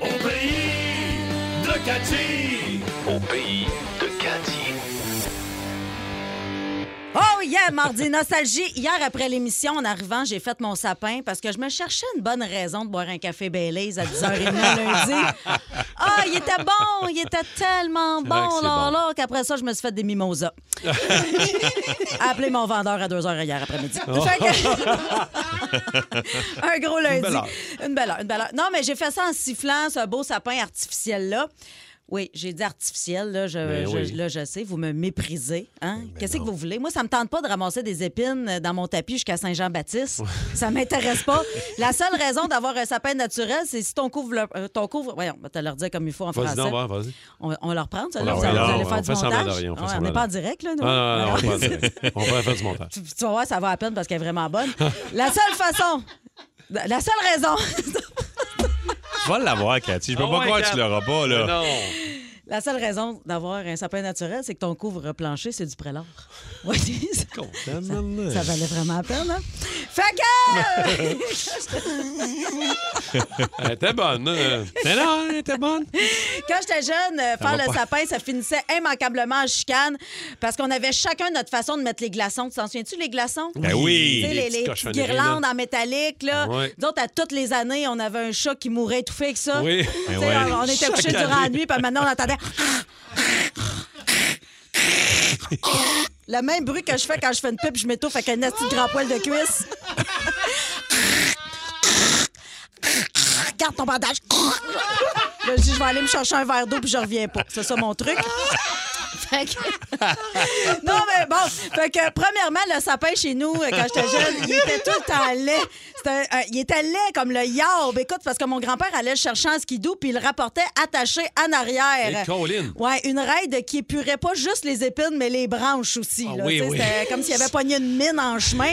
[SPEAKER 2] Au pays de Cathy! Au pays de Cathy.
[SPEAKER 4] Oh yeah, mardi nostalgie. Hier après l'émission, en arrivant, j'ai fait mon sapin parce que je me cherchais une bonne raison de boire un café Baileys à 10h30 lundi. Ah, il était bon, il était tellement bon,
[SPEAKER 7] Ah,
[SPEAKER 4] là,
[SPEAKER 7] c'est
[SPEAKER 4] là,
[SPEAKER 7] bon.
[SPEAKER 4] qu'après ça, je me suis fait des mimosas. Appelé mon vendeur à 2h hier après-midi.
[SPEAKER 7] Oh.
[SPEAKER 4] Fait que- un gros lundi.
[SPEAKER 7] Une belle heure.
[SPEAKER 4] Une belle heure, une belle heure. Non, mais j'ai fait ça en sifflant, ce beau sapin artificiel-là. Oui, j'ai dit artificiel, là je,
[SPEAKER 7] Mais
[SPEAKER 3] Ben
[SPEAKER 4] je-
[SPEAKER 7] oui.
[SPEAKER 4] là, je sais, vous me méprisez. Hein? Qu'est-ce que vous voulez? Moi, ça me tente pas de ramasser des épines dans mon tapis jusqu'à Saint-Jean-Baptiste. ça m'intéresse pas. La seule raison d'avoir un sapin naturel, c'est si ton couvre... le- euh, ton couvre... Voyons, on va te le redire comme il faut en
[SPEAKER 3] Vas-y,
[SPEAKER 4] français.
[SPEAKER 3] non, va, vas-y.
[SPEAKER 4] On, on va le reprendre, ça, là?
[SPEAKER 3] Ah
[SPEAKER 4] Vous
[SPEAKER 3] ouais,
[SPEAKER 4] allez- vous
[SPEAKER 3] non,
[SPEAKER 4] allez
[SPEAKER 3] on
[SPEAKER 4] faire du
[SPEAKER 3] fait semblant de
[SPEAKER 4] montage?
[SPEAKER 3] rien, on fait
[SPEAKER 4] Ouais,
[SPEAKER 3] semblant
[SPEAKER 4] on n'est
[SPEAKER 3] de
[SPEAKER 4] pas en
[SPEAKER 3] rien.
[SPEAKER 4] direct, là, nous?
[SPEAKER 3] Non, non, non, on
[SPEAKER 4] Alors-
[SPEAKER 3] va faire du- on va faire du montage.
[SPEAKER 4] tu, tu vas voir, ça va à peine parce qu'elle est vraiment bonne. La seule façon... La seule raison...
[SPEAKER 5] Je vais l'avoir, Cathy. Je peux
[SPEAKER 3] Ah
[SPEAKER 5] pas
[SPEAKER 3] ouais,
[SPEAKER 5] croire que
[SPEAKER 3] Kat.
[SPEAKER 5] tu l'auras pas, là.
[SPEAKER 4] La seule raison d'avoir un sapin naturel, c'est que ton couvre-plancher, c'est du prélard. Oui, ça, ça valait vraiment la peine, hein? Fait que...
[SPEAKER 3] Elle était bonne. hein?
[SPEAKER 5] Mais non, elle était bonne.
[SPEAKER 4] Quand j'étais jeune, euh,
[SPEAKER 3] Ça
[SPEAKER 4] faire
[SPEAKER 3] va
[SPEAKER 4] le
[SPEAKER 3] pas.
[SPEAKER 4] sapin, ça finissait immanquablement en chicane parce qu'on avait chacun notre façon de mettre les glaçons. Tu t'en souviens-tu, les glaçons?
[SPEAKER 7] Ben oui,
[SPEAKER 4] Tu sais, les,
[SPEAKER 7] les petites
[SPEAKER 4] les petites
[SPEAKER 7] cochonneries,
[SPEAKER 4] guirlandes
[SPEAKER 7] là. Ah
[SPEAKER 4] en métallique. Là.
[SPEAKER 7] Ouais.
[SPEAKER 4] Nous autres, à toutes les années, on avait un chat qui mourait étouffé avec ça.
[SPEAKER 7] Oui.
[SPEAKER 4] Tu sais,
[SPEAKER 7] Ben ouais.
[SPEAKER 4] On, on était
[SPEAKER 7] Chaque
[SPEAKER 4] couchés durant la
[SPEAKER 7] année.
[SPEAKER 4] nuit, puis maintenant, on entendait... Le même bruit que je fais quand je fais une pipe, je m'étouffe avec un asti de grand poil de cuisse. Garde ton bandage. Là, je dis, je vais aller me chercher un verre d'eau puis je reviens pas. C'est ça mon truc. Fait que- non, mais bon. Fait que, premièrement, le sapin chez nous, euh, quand j'étais jeune, il était tout le temps laid. C'était un- un- il était laid comme le yarb. Écoute, parce que mon grand-père allait le chercher en skidoo puis il le rapportait attaché en arrière.
[SPEAKER 3] Et Colin.
[SPEAKER 4] Ouais, une raide qui épurait pas juste les épines, mais les branches aussi. là.
[SPEAKER 3] Ah oui,
[SPEAKER 4] Tu sais,
[SPEAKER 3] oui.
[SPEAKER 4] C'était comme s'il avait pogné une mine en chemin.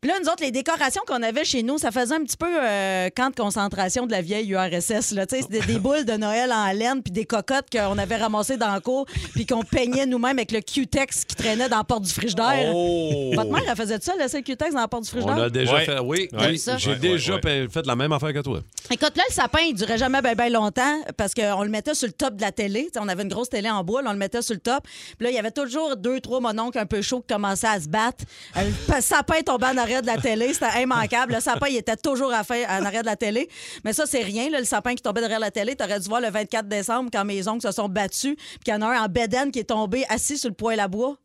[SPEAKER 4] Puis là, nous autres, les décorations qu'on avait chez nous, ça faisait un petit peu euh, camp de concentration de la vieille URSS. Là. Tu sais, C'était des boules de Noël en laine, puis des cocottes qu'on avait ramassées dans le cours, puis qu'on peignait nous-mêmes avec le Q-Tex qui traînait dans la porte du frigidaire.
[SPEAKER 3] Oh!
[SPEAKER 4] Votre mère, elle faisait ça, laisser le Q-Tex dans la porte du frigidaire?
[SPEAKER 3] On a déjà
[SPEAKER 4] Ouais.
[SPEAKER 3] fait. Oui,
[SPEAKER 4] T'as
[SPEAKER 3] oui,
[SPEAKER 4] eu ça?
[SPEAKER 3] j'ai
[SPEAKER 4] Ouais,
[SPEAKER 3] déjà
[SPEAKER 4] ouais,
[SPEAKER 3] pe- fait la même affaire que toi.
[SPEAKER 4] Écoute, là, le sapin, il durait jamais bien ben longtemps parce qu'on le mettait sur le top de la télé. T'sais, on avait une grosse télé en bois, là, on le mettait sur le top. Puis là, il y avait toujours deux, trois mononcles un peu chauds qui commençaient à se battre. Euh, Le sapin tombait en arrière de la télé, c'était immanquable. Le sapin, il était toujours à faire en arrière de la télé. Mais ça, c'est rien, là, le sapin qui tombait derrière la télé. T'aurais dû voir le 24 décembre quand mes oncles se sont battus, puis qu'il y en a un en bédaine qui est tombé assis sur le poêle à bois.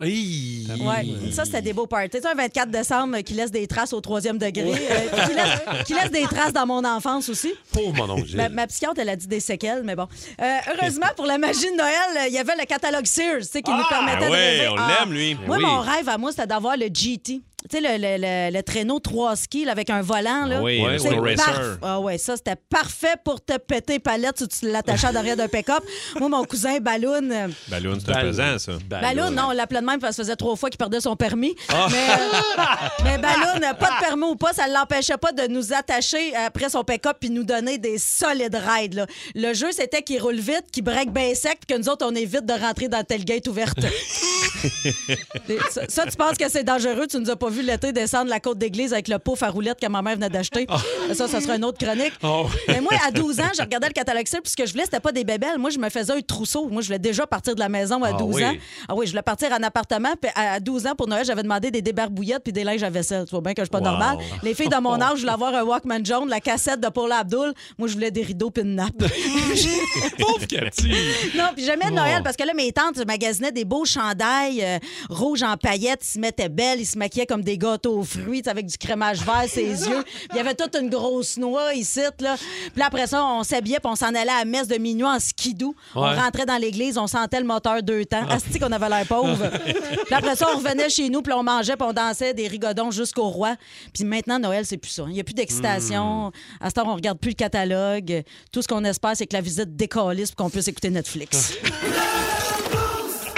[SPEAKER 4] Ouais, ça, c'était des beaux parties. Tu sais, un 24 décembre euh, qui laisse des traces au troisième degré,
[SPEAKER 3] Ouais.
[SPEAKER 4] euh, qui, laisse, qui laisse des traces dans mon enfance aussi.
[SPEAKER 3] Pauvre mon oncle Gilles.
[SPEAKER 4] Ma, ma psychiatre, elle a dit des séquelles, mais bon. Euh, heureusement, pour la magie de Noël, euh, il y avait le catalogue Sears, tu sais, qui nous permettait
[SPEAKER 5] Ah! ouais,
[SPEAKER 4] de rêver.
[SPEAKER 5] on
[SPEAKER 4] Ah.
[SPEAKER 5] l'aime, lui.
[SPEAKER 4] Moi,
[SPEAKER 5] Oui.
[SPEAKER 4] mon rêve à moi, c'était d'avoir le GT. Tu sais, le, le- le- le traîneau 3 skis là, avec un volant.
[SPEAKER 3] Ben
[SPEAKER 4] Là.
[SPEAKER 5] Ah Oui, le
[SPEAKER 4] Tu sais,
[SPEAKER 5] Snow
[SPEAKER 4] parf-
[SPEAKER 5] Racer.
[SPEAKER 4] Ah ouais, ça, c'était parfait pour te péter palette si tu l'attachais derrière d'un pick-up. Moi, mon cousin Balloon... euh,
[SPEAKER 5] Balloon, Ben c'est un
[SPEAKER 3] Ballon.
[SPEAKER 5] pesant, ça.
[SPEAKER 3] Ben
[SPEAKER 4] Balloon, non, on l'appelait de même parce que ça faisait trois fois qu'il perdait son permis.
[SPEAKER 5] Ah.
[SPEAKER 4] Mais, euh, mais Balloon, pas de permis ou pas, ça ne l'empêchait pas de nous attacher après son pick-up puis nous donner des solides rides. là. Le jeu, c'était qu'il roule vite, qu'il break bien sec puis que nous autres, on évite de rentrer dans telle gate ouverte. Des- ça, ça, tu penses que c'est dangereux? Tu nous as pas vu l'été descendre la côte d'église avec le pouf à roulettes que ma mère venait d'acheter.
[SPEAKER 3] Ah.
[SPEAKER 4] Ça, ça serait une autre chronique.
[SPEAKER 3] Oh.
[SPEAKER 4] Mais moi, à 12 ans, je regardais le catalogue Sears, puis ce que je voulais, c'était pas des bébelles. Moi, je me faisais un trousseau. Moi, je voulais déjà partir de la maison à
[SPEAKER 3] Ah
[SPEAKER 4] 12
[SPEAKER 3] oui.
[SPEAKER 4] ans. Ah oui, je voulais partir en appartement. Puis à à 12 ans, pour Noël, j'avais demandé des débarbouillettes puis des linges à vaisselle. Tu vois bien que je suis pas
[SPEAKER 3] Wow.
[SPEAKER 4] normale. Les filles de mon âge, je voulais avoir un Walkman jaune, la cassette de Paula Abdul. Moi, je voulais des rideaux puis une nappe.
[SPEAKER 3] Pauvre Cathy.
[SPEAKER 4] Non, puis jamais de
[SPEAKER 3] Bon.
[SPEAKER 4] Noël, parce que là, mes tantes magasinaient des beaux chandails euh, rouges en paillettes, ils se mettaient belles, ils se maquillaient comme des gâteaux aux fruits, tu sais, avec du crémage vert, ses yeux. Il y avait toute une grosse noix ici, là. Puis là, après ça, on s'habillait, puis on s'en allait à la messe de minuit en skidou.
[SPEAKER 11] Ouais.
[SPEAKER 4] On rentrait dans l'église, on sentait le moteur deux temps.
[SPEAKER 5] Ah.
[SPEAKER 4] Asti qu'on avait l'air pauvre. puis après ça, on revenait chez nous, puis on mangeait, puis on dansait des rigodons jusqu'au roi. Puis maintenant, Noël, c'est plus ça. Il n'y a plus
[SPEAKER 5] Hmm.
[SPEAKER 4] d'excitation. À ce temps, on regarde plus le catalogue. Tout ce qu'on espère, c'est que la visite décalisse pour qu'on puisse écouter Netflix.
[SPEAKER 5] Ah.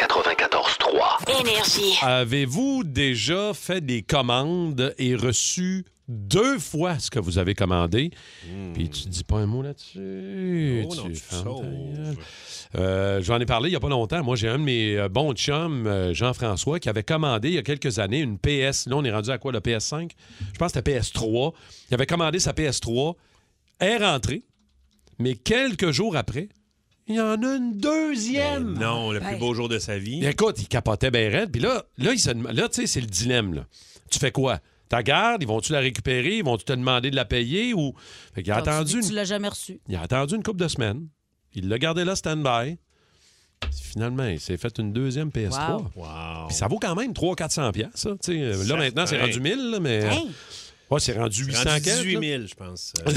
[SPEAKER 1] 94.3. Énergie.
[SPEAKER 3] Avez-vous déjà fait des commandes et reçu deux fois ce que vous avez commandé? Puis tu dis pas un mot là-dessus.
[SPEAKER 5] Hmm. Oh non,
[SPEAKER 3] Tu
[SPEAKER 5] tu
[SPEAKER 3] fermes ta gueule. Euh, J'en ai parlé il y a pas longtemps. Moi, j'ai un de mes euh, bons chums, euh, Jean-François, qui avait commandé il y a quelques années une PS. Là, on est rendu à quoi, le PS5? Je pense que c'était PS3. Il avait commandé sa PS3. Elle est rentrée, mais quelques jours après, Il y en a une deuxième.
[SPEAKER 5] non, le plus
[SPEAKER 3] Ben.
[SPEAKER 5] beau jour de sa vie.
[SPEAKER 3] Bien, écoute, il capotait bien raide. Puis là, là, il se dem- là tu sais, c'est le dilemme. Là. Tu fais quoi? Ta garde, ils vont-tu la récupérer? Ils vont-tu te demander de la payer? Ou... Fait qu'il a
[SPEAKER 4] Alors, tu dis
[SPEAKER 3] attendu
[SPEAKER 4] que
[SPEAKER 3] une...
[SPEAKER 4] Tu l'as jamais reçu.
[SPEAKER 3] Il a attendu une couple de semaines. Il l'a gardé là, stand-by. Finalement, il s'est fait une deuxième PS3.
[SPEAKER 5] Wow. Wow.
[SPEAKER 3] Puis ça vaut quand même 300-400$, piastres, ça. Tu sais, euh, Là,
[SPEAKER 5] Certain.
[SPEAKER 3] maintenant, c'est rendu 1000, là, mais...
[SPEAKER 5] Hein?
[SPEAKER 3] Ouais, c'est rendu 800
[SPEAKER 5] Rendu
[SPEAKER 3] quelque, là.
[SPEAKER 5] 18 000, je pense. Euh,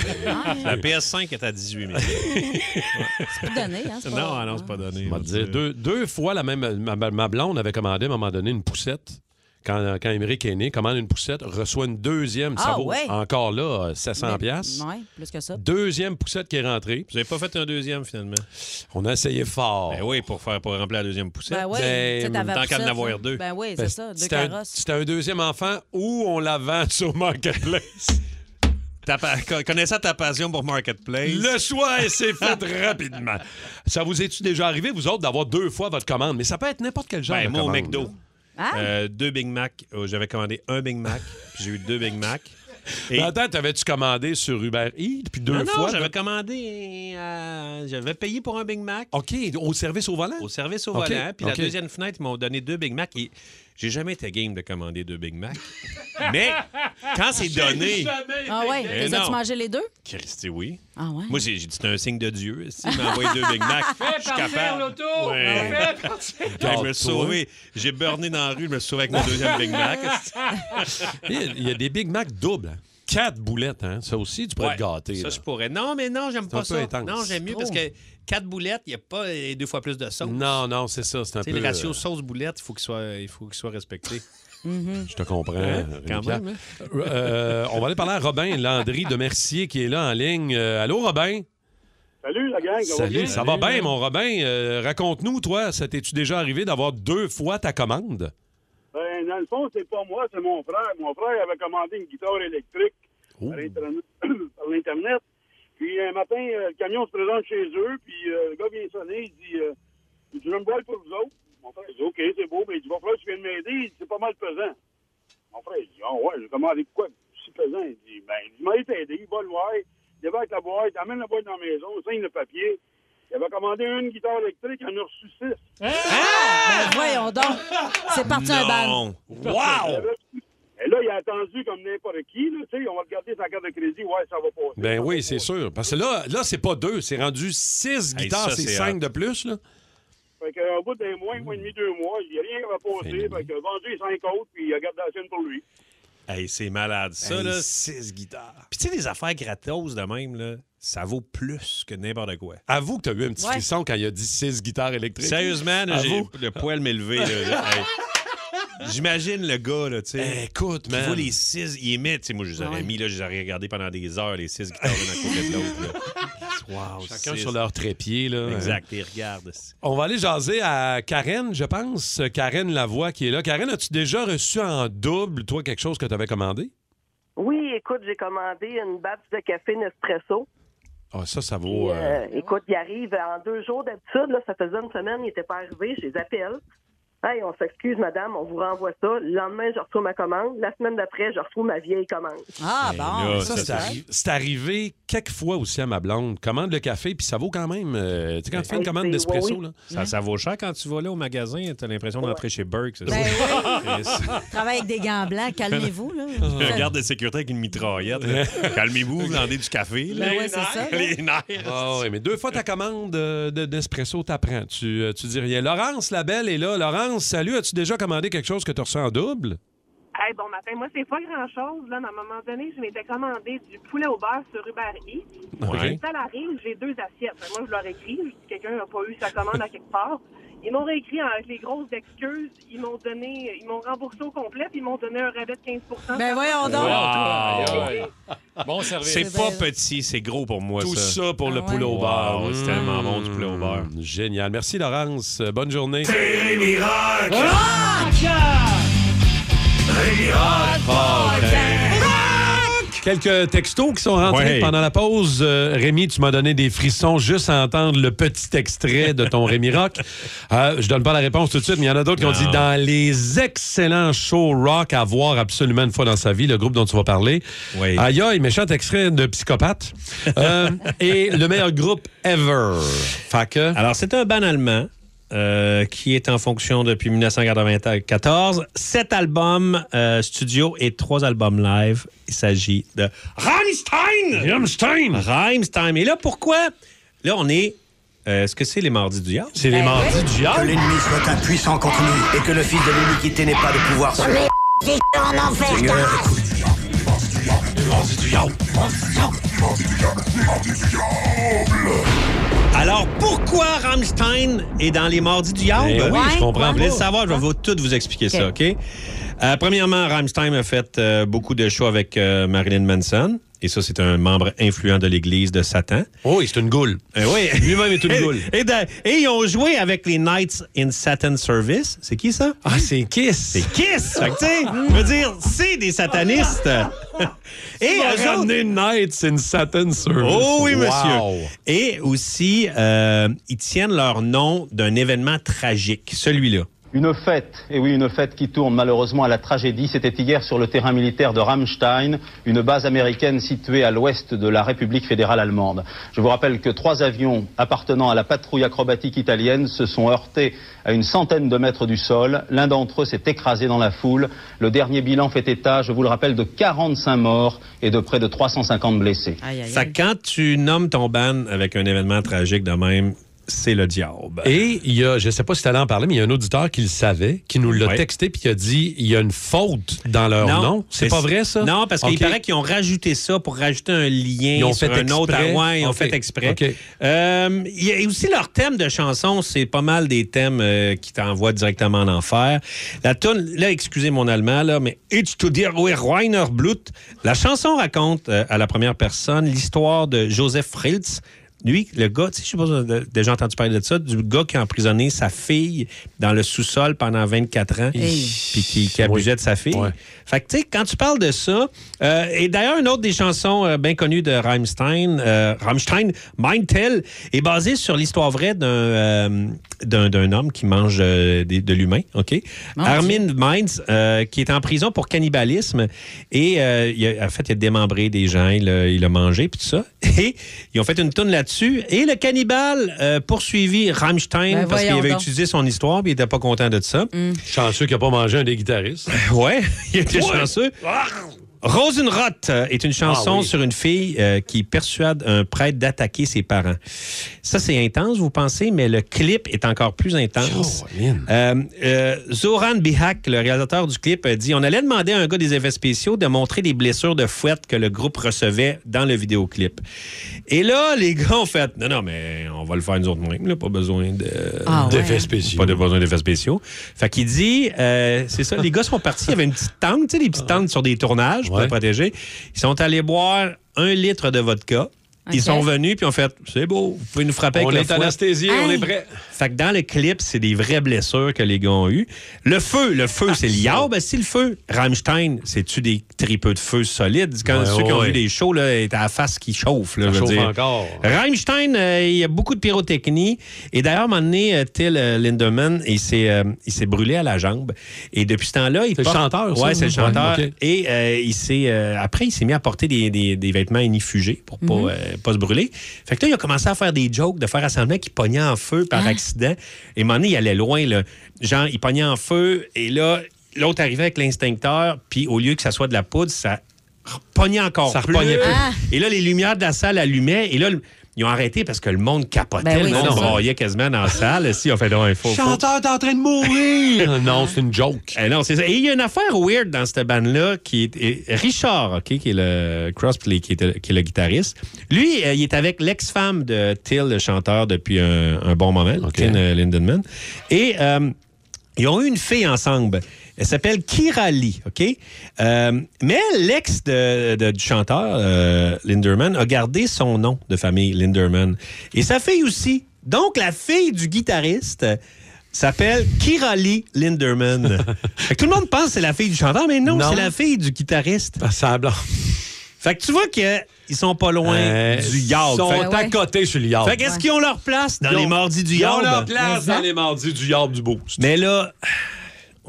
[SPEAKER 5] la PS5 est à 18 000. C'est
[SPEAKER 4] pas donné, hein? Ah, c'est pas-
[SPEAKER 5] Non, ah non, c'est pas donné.
[SPEAKER 3] Je vais te dire, deux, deux fois, la même, ma, ma- ma blonde avait commandé à un moment donné une poussette. Quand, quand Émeric est né, commande une poussette, reçoit une deuxième, ça
[SPEAKER 4] Ah,
[SPEAKER 3] vaut
[SPEAKER 4] ouais.
[SPEAKER 3] encore là euh, 700 pièces.
[SPEAKER 4] Oui, plus que ça.
[SPEAKER 5] Ben
[SPEAKER 3] Deuxième poussette qui est rentrée.
[SPEAKER 5] Vous n'avez pas fait un deuxième, finalement?
[SPEAKER 3] On a essayé fort.
[SPEAKER 5] Ben oui, pour, faire, pour remplir la deuxième poussée.
[SPEAKER 4] Ben oui, tu sais, t'avais
[SPEAKER 5] tant
[SPEAKER 4] poussette,
[SPEAKER 5] qu'à en
[SPEAKER 4] là.
[SPEAKER 5] avoir deux.
[SPEAKER 4] Ben oui, c'est
[SPEAKER 3] Ben,
[SPEAKER 4] ça, deux
[SPEAKER 3] c'était un-
[SPEAKER 4] carrosses.
[SPEAKER 3] C'était un, deuxième enfant ou on la vend sur Marketplace.
[SPEAKER 5] Ta pa- con- Connaissant ta passion pour Marketplace.
[SPEAKER 3] Le choix et s'est fait rapidement. Ça vous est-tu déjà arrivé, vous autres, d'avoir deux fois votre commande? Mais ça peut être n'importe quel genre
[SPEAKER 5] Ben,
[SPEAKER 3] de
[SPEAKER 5] moi, au
[SPEAKER 3] commande.
[SPEAKER 5] McDo.
[SPEAKER 4] Ah!
[SPEAKER 5] Euh, deux Big Mac. Euh, J'avais commandé un Big Mac, puis j'ai eu deux Big Mac.
[SPEAKER 3] Mais Attends, t'avais-tu commandé sur Uber Eats, puis deux
[SPEAKER 5] non, non,
[SPEAKER 3] fois?
[SPEAKER 5] j'avais commandé. euh, j'avais payé pour un Big Mac.
[SPEAKER 3] OK, au service au volant?
[SPEAKER 5] Au service au
[SPEAKER 3] OK,
[SPEAKER 5] volant. Puis
[SPEAKER 3] OK.
[SPEAKER 5] la deuxième fenêtre, ils m'ont donné deux Big Mac. Et j'ai jamais été game de commander deux Big Mac. Mais quand c'est donné.
[SPEAKER 4] Ah ouais,
[SPEAKER 5] Eh
[SPEAKER 4] les as-tu
[SPEAKER 5] non.
[SPEAKER 4] mangé les deux?
[SPEAKER 5] Christy, oui.
[SPEAKER 4] Ah ouais?
[SPEAKER 5] Moi, j'ai j'ai dit, c'est un signe de Dieu. S'il m'a envoyé deux Big Mac, je suis capable.
[SPEAKER 4] Ah
[SPEAKER 5] Ouais. Puis je me suis sauvé.
[SPEAKER 3] hein?
[SPEAKER 5] J'ai burné dans la rue, je me suis sauvé avec mon deuxième Big Mac.
[SPEAKER 3] Il y a- il y a des Big Mac doubles. hein. Quatre boulettes, hein. Ça aussi, tu pourrais
[SPEAKER 5] Ouais,
[SPEAKER 3] te gâter.
[SPEAKER 5] Ça,
[SPEAKER 3] là.
[SPEAKER 5] je pourrais. Non, mais non, j'aime
[SPEAKER 3] C'est un
[SPEAKER 5] pas
[SPEAKER 3] peu
[SPEAKER 5] ça.
[SPEAKER 3] intense.
[SPEAKER 5] Non, j'aime mieux parce
[SPEAKER 3] Trop.
[SPEAKER 5] que quatre boulettes, il n'y a pas euh, deux fois plus de sauce.
[SPEAKER 3] Non, non, c'est ça. C'est un
[SPEAKER 5] Tu
[SPEAKER 3] peu.
[SPEAKER 5] sais, le ratio
[SPEAKER 3] euh,
[SPEAKER 5] sauce-boulette, il faut qu'il soit, il faut qu'il soit respecté.
[SPEAKER 3] euh, Je te comprends.
[SPEAKER 5] Hein?
[SPEAKER 3] Rémi
[SPEAKER 5] Quand
[SPEAKER 3] Pierre.
[SPEAKER 5] même, hein?
[SPEAKER 3] Euh, euh, on va aller parler à Robin Landry de Mercier qui est là en ligne. Euh, allô, Robin?
[SPEAKER 12] Salut la gang, ça va bien?
[SPEAKER 3] Salut, ça va bien, mon Robin? Euh, Raconte-nous, toi, ça t'es-tu déjà arrivé d'avoir deux fois ta commande?
[SPEAKER 12] Ben non, dans le fond, c'est pas moi, c'est mon frère. Mon frère avait commandé une guitare électrique par Internet- par l'Internet. Puis un matin, euh, le camion se présente chez eux, puis euh, le gars vient sonner, il dit euh, il dit, Je vais me boire pour vous autres. Mon frère il dit OK, c'est beau, mais il dit Va falloir que tu viennes m'aider, Il dit, c'est pas mal pesant. Mon frère il dit Ah ouais, j'ai commandé quoi si pesant Il dit Ben, il dit, m'a aidé, il va le voir, il va avec la boîte, il amène la boîte dans la maison, il signe le papier. Il avait commandé une guitare électrique, il en a reçu six.
[SPEAKER 4] Ben voyons donc.
[SPEAKER 5] Ah!
[SPEAKER 4] C'est parti un ban.
[SPEAKER 12] Wow! Et là, il a attendu comme n'importe qui. Là, tu sais, on va regarder sa carte de crédit. Ouais, ça va passer.
[SPEAKER 3] Ben oui, c'est sûr. Parce que là, là c'est pas deux, c'est rendu six
[SPEAKER 12] Hey,
[SPEAKER 3] guitares,
[SPEAKER 12] ça,
[SPEAKER 3] c'est
[SPEAKER 12] c'est
[SPEAKER 3] cinq
[SPEAKER 12] hot.
[SPEAKER 3] de plus. Là.
[SPEAKER 12] Fait qu'au bout d'un mois, un mois et demi, deux mois, il n'y a rien qui va passer. Fait qu'il a vendu les cinq autres, puis il a gardé la scène pour lui.
[SPEAKER 5] Hey, c'est malade, ça,
[SPEAKER 12] Hey,
[SPEAKER 5] là.
[SPEAKER 3] Six guitares.
[SPEAKER 5] Puis, tu sais, les affaires gratos de même, là, ça vaut plus que n'importe quoi.
[SPEAKER 3] Avoue que t'as eu un petit
[SPEAKER 5] Ouais.
[SPEAKER 3] frisson quand il a dit six guitares électriques.
[SPEAKER 5] Sérieusement, là, j'ai
[SPEAKER 3] Avoue.
[SPEAKER 5] le poil m'est levé. là. Hey. J'imagine le gars, là, tu sais.
[SPEAKER 3] Écoute,
[SPEAKER 5] qui
[SPEAKER 3] Eh, man.
[SPEAKER 5] voit les six, il émet. Tu sais, moi, je les aurais
[SPEAKER 3] Ouais.
[SPEAKER 5] mis, là, je les aurais regardés pendant des heures, les six guitares l'un à côté de l'autre. là.
[SPEAKER 3] Chacun
[SPEAKER 5] six.
[SPEAKER 3] sur leur trépied. Là. hein.
[SPEAKER 5] Exact, et regarde.
[SPEAKER 3] On va aller jaser à Karen, je pense. Karen Lavoie qui est là. Karen, as-tu déjà reçu en double, toi, quelque chose que tu avais commandé?
[SPEAKER 11] Oui, écoute, j'ai commandé une batch de café Nespresso.
[SPEAKER 3] Ah, ça, ça vaut.
[SPEAKER 11] Euh,
[SPEAKER 3] euh,
[SPEAKER 11] écoute, il arrive en deux jours d'habitude. Là, ça faisait une semaine, il n'était pas arrivé. Je les appelle. Hey, on s'excuse, madame, on vous renvoie ça. Le lendemain, je reçois ma commande. La semaine d'après, je reçois ma vieille commande.
[SPEAKER 4] Ah,
[SPEAKER 5] Ben
[SPEAKER 3] là, ça, c'est arri- c'est arrivé quelques fois aussi à ma blonde. Commande le café, puis ça vaut quand même. euh, tu sais, quand tu fais une
[SPEAKER 5] Hey,
[SPEAKER 3] commande
[SPEAKER 5] c'est-
[SPEAKER 3] d'espresso,
[SPEAKER 5] oui, oui.
[SPEAKER 3] là.
[SPEAKER 5] Ça- ça vaut cher quand tu vas là au magasin. T'as l'impression d'entrer chez Burke, c'est
[SPEAKER 4] Ben
[SPEAKER 5] ça?
[SPEAKER 4] Travaille avec des gants blancs, calmez-vous. là.
[SPEAKER 5] Un garde de sécurité avec une mitraillette. là. Calmez-vous, vous vendez du café. là.
[SPEAKER 4] Ben ouais, c'est ça, là.
[SPEAKER 5] Les nerfs.
[SPEAKER 3] Ah oui, mais deux fois ta commande euh, de- d'espresso, t'apprends. Tu, euh, tu dis rien. Laurence, la belle, est là. Laurence, salut. As-tu déjà commandé quelque chose que tu reçu en double?
[SPEAKER 13] Hey, bon matin, moi, c'est pas grand-chose. Là, à un moment donné, je m'étais commandé du poulet au beurre sur Uber Eats.
[SPEAKER 3] Ouais.
[SPEAKER 13] Ça arrive, j'ai deux assiettes. Fait que Moi, je leur ai écrit. Je dis, quelqu'un n'a pas eu sa commande à quelque part. Ils m'ont réécrit avec les grosses excuses. Ils m'ont donné, ils m'ont remboursé au complet, puis ils m'ont donné un rabais de 15
[SPEAKER 4] Ben voyons donc.
[SPEAKER 5] Wow.
[SPEAKER 8] Bon service.
[SPEAKER 5] C'est pas petit, c'est gros pour moi.
[SPEAKER 3] Tout
[SPEAKER 5] ça,
[SPEAKER 3] ça pour le poulet au beurre.
[SPEAKER 5] Wow, c'est tellement bon du poulet au beurre.
[SPEAKER 3] Mm. Génial. Merci, Laurence. Euh, Bonne journée. Ah, Quelques textos qui sont rentrés
[SPEAKER 5] Ouais.
[SPEAKER 3] pendant la pause. Euh, Rémi, tu m'as donné des frissons juste à entendre le petit extrait de ton Rémi Rock. Euh, je donne pas la réponse tout de suite, mais il y en a d'autres qui ont dit dans les excellents shows rock à voir absolument une fois dans sa vie, le groupe dont tu vas parler. Aïe aïe, méchant extrait de psychopathe. Euh, et le meilleur groupe ever.
[SPEAKER 5] Alors, c'est un ban allemand euh, qui est en fonction depuis 1994. Sept albums euh, studio et trois albums live. Il s'agit de Rammstein! Rammstein! Rammstein. Et là, pourquoi? Là, on est... euh, Est-ce que c'est les mardis du diable? C'est les mardis du diable?
[SPEAKER 14] Que l'ennemi soit impuissant contre nous et que le fils de l'iniquité n'ait pas de pouvoir sur nous. Seigneur,
[SPEAKER 5] Alors, pourquoi Rammstein est dans les mardis du diable?
[SPEAKER 3] Ben oui, je comprends
[SPEAKER 5] Vous voulez
[SPEAKER 3] pas.
[SPEAKER 5] savoir, je vais vous tout vous expliquer ça, OK? Euh, premièrement, Rammstein a fait euh, beaucoup de shows avec euh, Marilyn Manson. Et ça, c'est un membre influent de l'Église de Satan.
[SPEAKER 3] Oh Oui, c'est une goule.
[SPEAKER 5] Eh Euh, oui.
[SPEAKER 3] Lui-même est une goule.
[SPEAKER 5] Et, et de- et ils ont joué avec les Knights in Satan Service. C'est qui ça? Ah,
[SPEAKER 3] c'est Kiss.
[SPEAKER 5] C'est Kiss. Fait que, tu sais, je veux dire, c'est des satanistes. et eux autres-
[SPEAKER 3] ramené Nights in Satin Service.
[SPEAKER 5] Oh oui, monsieur.
[SPEAKER 3] Wow.
[SPEAKER 5] Et aussi, euh, ils tiennent leur nom d'un événement tragique, celui-là.
[SPEAKER 15] Une fête, et oui, une fête qui tourne malheureusement à la tragédie. C'était hier sur le terrain militaire de Rammstein, une base américaine située à l'ouest de la République fédérale allemande. Je vous rappelle que trois avions appartenant à la patrouille acrobatique italienne se sont heurtés à une centaine de mètres du sol. L'un d'entre eux s'est écrasé dans la foule. Le dernier bilan fait état, je vous le rappelle, de 45 morts et de près de 350 blessés.
[SPEAKER 5] Ça, quand tu nommes ton ban avec un événement tragique de même, c'est le diable.
[SPEAKER 3] Et il y a, je sais pas si tu allais en parler, mais il y a un auditeur qui le savait, qui nous l'a
[SPEAKER 5] Ouais.
[SPEAKER 3] texté puis qui a dit il y a une faute dans leur
[SPEAKER 5] Non,
[SPEAKER 3] nom. C'est
[SPEAKER 5] mais
[SPEAKER 3] pas
[SPEAKER 5] c'est-
[SPEAKER 3] vrai ça
[SPEAKER 5] Non, parce
[SPEAKER 3] Ok.
[SPEAKER 5] qu'il paraît qu'ils ont rajouté ça pour rajouter un lien
[SPEAKER 3] Ils ont
[SPEAKER 5] sur
[SPEAKER 3] fait
[SPEAKER 5] un autre
[SPEAKER 3] exprès?
[SPEAKER 5] Ah ouais, ils ont
[SPEAKER 3] Ok.
[SPEAKER 5] fait exprès.
[SPEAKER 3] Ok.
[SPEAKER 5] Euh, Il y a et aussi leur thème de chanson, c'est pas mal des thèmes euh, qui t'envoient directement en enfer. La tune, là, excusez mon allemand, là, mais Ich zu dir, wir Reiner Blut. La chanson raconte euh, à la première personne l'histoire de Joseph Fritz, Lui, le gars, tu sais, je sais pas si vous avez déjà entendu parler de ça, du gars qui a emprisonné sa fille dans le sous-sol pendant 24 ans, puis qui, qui abusait de sa fille. Fait que, tu sais, quand tu parles de ça, euh, et d'ailleurs, une autre des chansons euh, bien connues de Rammstein, euh, Rammstein, Mind Tell, est basée sur l'histoire vraie d'un euh, d'un d'un homme qui mange euh, des- de l'humain, OK?
[SPEAKER 16] Mon
[SPEAKER 5] Armin Mainz, euh, qui est en prison pour cannibalisme. Et euh, il a- en fait, il a démembré des gens, il a, il a mangé, puis tout ça. Et ils ont fait une tourne là-dessus. Et le cannibale euh, poursuivi Rammstein
[SPEAKER 3] Ben,
[SPEAKER 5] parce qu'il
[SPEAKER 3] voyons
[SPEAKER 5] avait
[SPEAKER 3] donc. Mm.
[SPEAKER 5] utilisé son histoire, puis il n'était pas content de ça. Chanceux qu'il n'a pas mangé un des guitaristes. ouais, il était chanceux. Rosenrot euh, est une
[SPEAKER 3] Ah
[SPEAKER 5] chanson
[SPEAKER 3] oui.
[SPEAKER 5] sur une fille euh, qui persuade un prêtre d'attaquer ses parents. Ça, c'est intense, vous pensez, mais le clip est encore plus intense.
[SPEAKER 3] Oh,
[SPEAKER 5] Euh, euh, Zoran Bihak, le réalisateur du clip, a dit On allait demander à un gars des effets spéciaux de montrer des blessures de fouette que le groupe recevait dans le vidéoclip. Et là, les gars ont fait Non, non, mais on va le faire nous autres mêmes, là, pas besoin de-
[SPEAKER 3] Ah ouais.
[SPEAKER 5] d'effets spéciaux. Hein? Pas de besoin d'effets spéciaux. Fait qu'il dit euh, C'est ça, les gars sont partis, il y avait une petite tente, tu sais, des petites tentes sur des tournages pour
[SPEAKER 3] Ouais.
[SPEAKER 5] les protéger. Ils sont allés boire un litre de vodka. Ils
[SPEAKER 3] Ok.
[SPEAKER 5] sont venus puis ont fait c'est beau, vous pouvez nous frapper
[SPEAKER 3] On
[SPEAKER 5] avec la
[SPEAKER 3] est en anesthésie, on Aïe. est prêt.
[SPEAKER 5] Fait que dans le clip, c'est des vraies blessures que les gars ont eues. Le feu, le feu, c'est
[SPEAKER 3] Ah,
[SPEAKER 5] liard. Ben, si le feu, Rammstein, c'est-tu des tripeux de feu solides? Quand
[SPEAKER 3] Ouais,
[SPEAKER 5] ceux qui
[SPEAKER 3] ouais,
[SPEAKER 5] ont vu
[SPEAKER 3] ouais.
[SPEAKER 5] des shows, là, t'as la face qui chauffe. Là,
[SPEAKER 3] Ça
[SPEAKER 5] je veux
[SPEAKER 3] chauffe
[SPEAKER 5] dire.
[SPEAKER 3] encore.
[SPEAKER 5] Rammstein, euh, il y a beaucoup de pyrotechnie. Et d'ailleurs, à un moment donné, euh, Till euh, Lindemann, il s'est, euh, il s'est brûlé à la jambe. Et depuis ce temps-là, il
[SPEAKER 3] C'est le
[SPEAKER 5] porte-
[SPEAKER 3] chanteur, ça? hein?
[SPEAKER 5] Ouais, c'est le
[SPEAKER 3] Ouais,
[SPEAKER 5] chanteur.
[SPEAKER 3] ok.
[SPEAKER 5] Et euh, il s'est, euh, après, il s'est mis à porter des, des- des vêtements inifugés pour pas,
[SPEAKER 3] Mhm.
[SPEAKER 5] euh, pas se brûler. Fait que là, il a commencé à faire des jokes, de faire à semblant qu'il pognait en feu par accident. Et à un moment donné, il allait loin. Là. Genre, il pognait en feu et là, l'autre arrivait avec l'instincteur. Puis au lieu que ça soit de la poudre, ça pognait encore
[SPEAKER 3] Ça
[SPEAKER 5] plus.
[SPEAKER 3] repognait plus. Ah.
[SPEAKER 5] Et là, les lumières de la salle allumaient. Et là, le- ils ont arrêté parce que le monde capotait.
[SPEAKER 3] Ben oui,
[SPEAKER 5] le monde
[SPEAKER 3] c'est ça.
[SPEAKER 5] braillait quasiment dans la salle. Si, on fait donc, il faut- faut-
[SPEAKER 3] Chanteur, t'es en train de mourir! non, c'est une joke.
[SPEAKER 5] eh non, c'est ça. Et il y a une affaire weird dans cette bande-là qui est et Richard, OK, qui est le Crossley, qui est, le- qui est le guitariste. Lui, euh, il est avec l'ex-femme de Till, le chanteur, depuis un, un bon moment, Tin euh, Lindenman. Et euh, ils ont eu une fille ensemble. Elle s'appelle Kirali, OK? Euh, mais l'ex de- de- du chanteur, euh, Linderman, a gardé son nom de famille, Linderman. Et sa fille aussi. Donc, la fille du guitariste s'appelle Kirali Linderman. Fait que tout le monde pense que c'est la fille du chanteur, mais non,
[SPEAKER 3] Non. Ben,
[SPEAKER 5] c'est la fille du guitariste.
[SPEAKER 3] Passable.
[SPEAKER 5] Fait que tu vois qu'ils sont pas loin du yard.
[SPEAKER 3] Euh, Ils sont
[SPEAKER 5] Fait-
[SPEAKER 3] à côté sur le yard.
[SPEAKER 5] Fait qu'est-ce qu'ils ont leur place dans
[SPEAKER 3] Ils ont-
[SPEAKER 5] les mordis du
[SPEAKER 3] ils ont
[SPEAKER 5] yard?
[SPEAKER 3] leur place dans les mordis du yard du boost.
[SPEAKER 5] Mais là,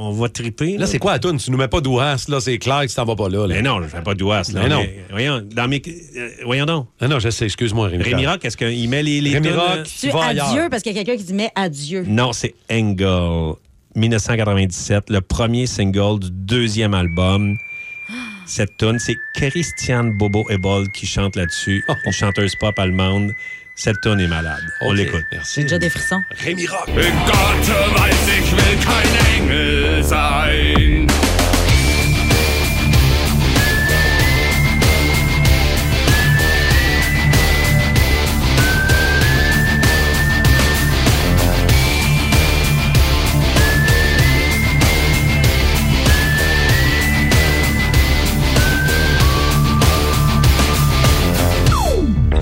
[SPEAKER 5] on va triper.
[SPEAKER 3] Là, c'est quoi la toune? Tu nous mets pas d'ouas, là, c'est clair que tu t'en vas pas là.
[SPEAKER 5] Mais non, je fais pas d'ouas, là.
[SPEAKER 3] Mais non.
[SPEAKER 5] Mais voyons, dans mes... euh, voyons donc.
[SPEAKER 3] Ah non, je sais, excuse-moi, Rémi.
[SPEAKER 5] Rémi Rock, est-ce qu'il met les, les
[SPEAKER 3] Rémi
[SPEAKER 5] tunes,
[SPEAKER 3] Rock,
[SPEAKER 5] euh,
[SPEAKER 4] Tu adieu parce qu'il y a quelqu'un qui dit mais adieu.
[SPEAKER 5] Non, c'est Angle. 1997, le premier single du deuxième album. Cette tune, c'est Christiane Bobo Ebold qui chante là-dessus,
[SPEAKER 3] Oh,
[SPEAKER 5] une chanteuse pop allemande. Cette tune est malade. On l'écoute.
[SPEAKER 4] J'ai déjà des frissons.
[SPEAKER 3] Rémi Rock.
[SPEAKER 2] Gott weiß, ich will kein Engel sein.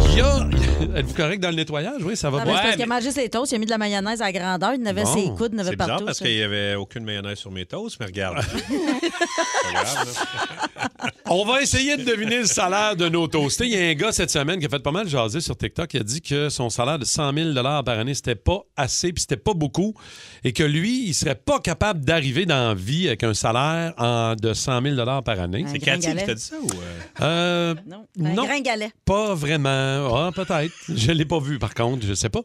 [SPEAKER 3] Il y a- Êtes-vous correct dans le nettoyage? Oui, ça va
[SPEAKER 4] Ah, ben,
[SPEAKER 3] bien.
[SPEAKER 4] c'est parce qu'il a mangé ses toasts, il a mis de la mayonnaise à la grandeur, il n'avait
[SPEAKER 5] Bon.
[SPEAKER 4] ses coudes, il n'avait
[SPEAKER 5] C'est bizarre
[SPEAKER 4] partout.
[SPEAKER 5] parce
[SPEAKER 4] ça.
[SPEAKER 5] qu'il n'y avait aucune mayonnaise sur mes toasts, mais regarde.
[SPEAKER 3] On va essayer de deviner le salaire de nos toastés. Il y a un gars cette semaine qui a fait pas mal jaser sur TikTok. Il a dit que son salaire de 100 000 par année, c'était pas assez, puis c'était pas beaucoup, et que lui, il serait pas capable d'arriver dans la vie avec un salaire en- de 100 000 par année.
[SPEAKER 4] Un C'est Cathy gringalet. qui t'a dit ça
[SPEAKER 5] ou...
[SPEAKER 3] Euh,
[SPEAKER 4] Un
[SPEAKER 3] non.
[SPEAKER 4] gringalet.
[SPEAKER 3] Pas vraiment. Ah, peut-être. Je l'ai pas vu, par contre. Je sais pas.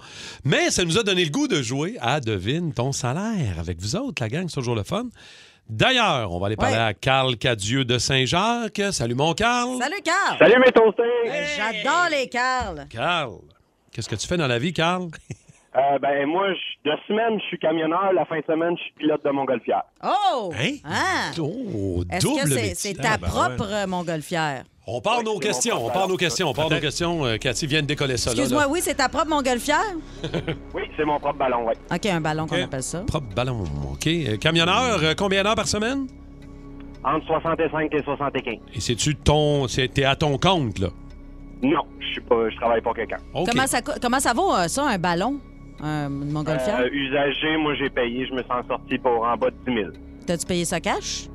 [SPEAKER 3] Mais ça nous a donné le goût de jouer à Devine ton salaire avec vous autres, la gang. C'est toujours le fun. D'ailleurs, on va aller parler
[SPEAKER 4] Ouais.
[SPEAKER 3] à Carl Cadieux de Saint-Jacques. Salut, mon Carl.
[SPEAKER 4] Salut, Carl! Ben,
[SPEAKER 3] Salut, mes toastés.
[SPEAKER 4] J'adore les Carl!
[SPEAKER 3] Carl, qu'est-ce que tu fais dans la vie, Carl?
[SPEAKER 17] Euh, ben, moi, je- de semaine, je suis camionneur. La fin de semaine, je suis pilote de montgolfière.
[SPEAKER 4] Oh! Hein?
[SPEAKER 3] Oh,
[SPEAKER 4] Est-ce
[SPEAKER 3] double
[SPEAKER 4] que c'est
[SPEAKER 3] métier.
[SPEAKER 4] c'est
[SPEAKER 3] Ah,
[SPEAKER 4] ta
[SPEAKER 3] ben
[SPEAKER 4] propre
[SPEAKER 3] ouais.
[SPEAKER 4] euh, montgolfière?
[SPEAKER 3] On part nos questions, on part nos questions, on part nos questions. Euh, Cathy vient de décoller ça. là,
[SPEAKER 4] Excuse-moi,
[SPEAKER 3] là.
[SPEAKER 4] oui, c'est ta propre montgolfière?
[SPEAKER 17] Oui, c'est mon propre ballon, oui.
[SPEAKER 4] OK, un ballon qu'on appelle ça.
[SPEAKER 3] Propre ballon, OK. Euh, Camionneur, euh, combien d'heures par semaine?
[SPEAKER 17] Entre 65 et 75.
[SPEAKER 3] Et c'est-tu ton... c'est- T'es à ton compte, là?
[SPEAKER 17] Non, je suis pas, je travaille pas quelqu'un.
[SPEAKER 4] Comment, ça, co- comment ça vaut, euh, ça, un ballon, un, une montgolfière?
[SPEAKER 17] Euh, usagé, moi j'ai payé, je me suis en sorti pour en bas de 10 000.
[SPEAKER 4] T'as-tu payé ça cash?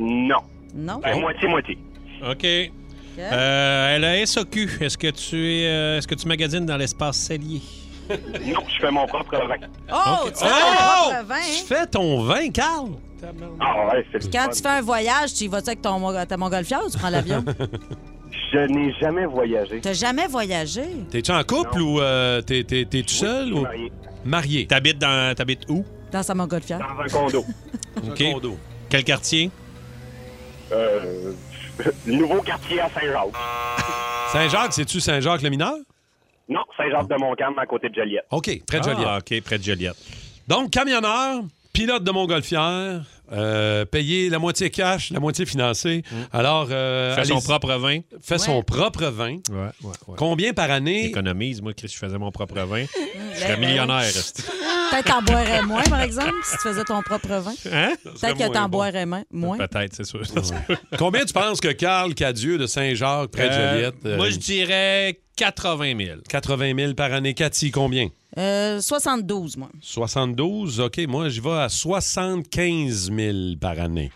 [SPEAKER 17] Non.
[SPEAKER 4] Non?
[SPEAKER 17] Ben, moitié-moitié.
[SPEAKER 5] OK. Euh, la SOQ, est-ce que tu es, euh, est-ce que tu magasines dans l'espace cellier?
[SPEAKER 17] non, je fais mon propre vin.
[SPEAKER 4] Oh,
[SPEAKER 5] Ok.
[SPEAKER 4] tu fais
[SPEAKER 3] Oh!
[SPEAKER 4] ton propre vin,
[SPEAKER 5] Oh! Tu
[SPEAKER 4] hein?
[SPEAKER 5] fais ton vin, Carl?
[SPEAKER 17] Ah ouais, c'est le
[SPEAKER 4] Quand
[SPEAKER 17] fun.
[SPEAKER 4] tu fais un voyage, tu y vas-tu avec ton, mon- ta montgolfière ou tu prends l'avion?
[SPEAKER 17] Je n'ai jamais voyagé.
[SPEAKER 4] T'as jamais voyagé?
[SPEAKER 3] T'es-tu en couple ou euh, t'es, t'es- t'es tout seul? ou...
[SPEAKER 17] marié.
[SPEAKER 3] Marié.
[SPEAKER 5] T'habites, dans, t'habites où?
[SPEAKER 4] Dans sa montgolfière? Dans
[SPEAKER 17] un condo.
[SPEAKER 5] OK. Quel quartier?
[SPEAKER 17] Euh, nouveau quartier à Saint-Jacques.
[SPEAKER 3] Saint-Jacques, c'est-tu Saint-Jacques le mineur?
[SPEAKER 17] Non, Saint-Jacques de Montcalm à côté de Joliette.
[SPEAKER 3] OK, près de
[SPEAKER 17] Ah,
[SPEAKER 3] Joliette. Ah,
[SPEAKER 5] OK, près de Joliette.
[SPEAKER 3] Donc, camionneur, pilote de montgolfière, euh, payé la moitié cash, la moitié financée. Alors, euh,
[SPEAKER 5] Fais Mm. son
[SPEAKER 3] allez-y.
[SPEAKER 5] propre vin.
[SPEAKER 3] Fait son propre vin. Combien par année?
[SPEAKER 5] Économise, moi, Chris, je faisais mon propre vin. je
[SPEAKER 4] ben,
[SPEAKER 5] serais
[SPEAKER 4] ben.
[SPEAKER 5] millionnaire. esti.
[SPEAKER 4] Peut-être t'en boirais moins, par exemple, si tu faisais ton propre vin.
[SPEAKER 5] Hein? Ça serait
[SPEAKER 4] Peut-être que
[SPEAKER 5] moins
[SPEAKER 4] t'en
[SPEAKER 5] bon.
[SPEAKER 4] boirais moins. moins.
[SPEAKER 5] Peut-être, c'est sûr.
[SPEAKER 3] Combien tu penses que Carl Cadieux de Saint-Jacques, près de
[SPEAKER 5] Euh,
[SPEAKER 3] Joliette?
[SPEAKER 5] moi, je dirais 80 000.
[SPEAKER 3] 80 000 par année. Cathy, combien?
[SPEAKER 4] Euh, 72, moi.
[SPEAKER 3] 72, OK. Moi, j'y vais à 75 000 par année.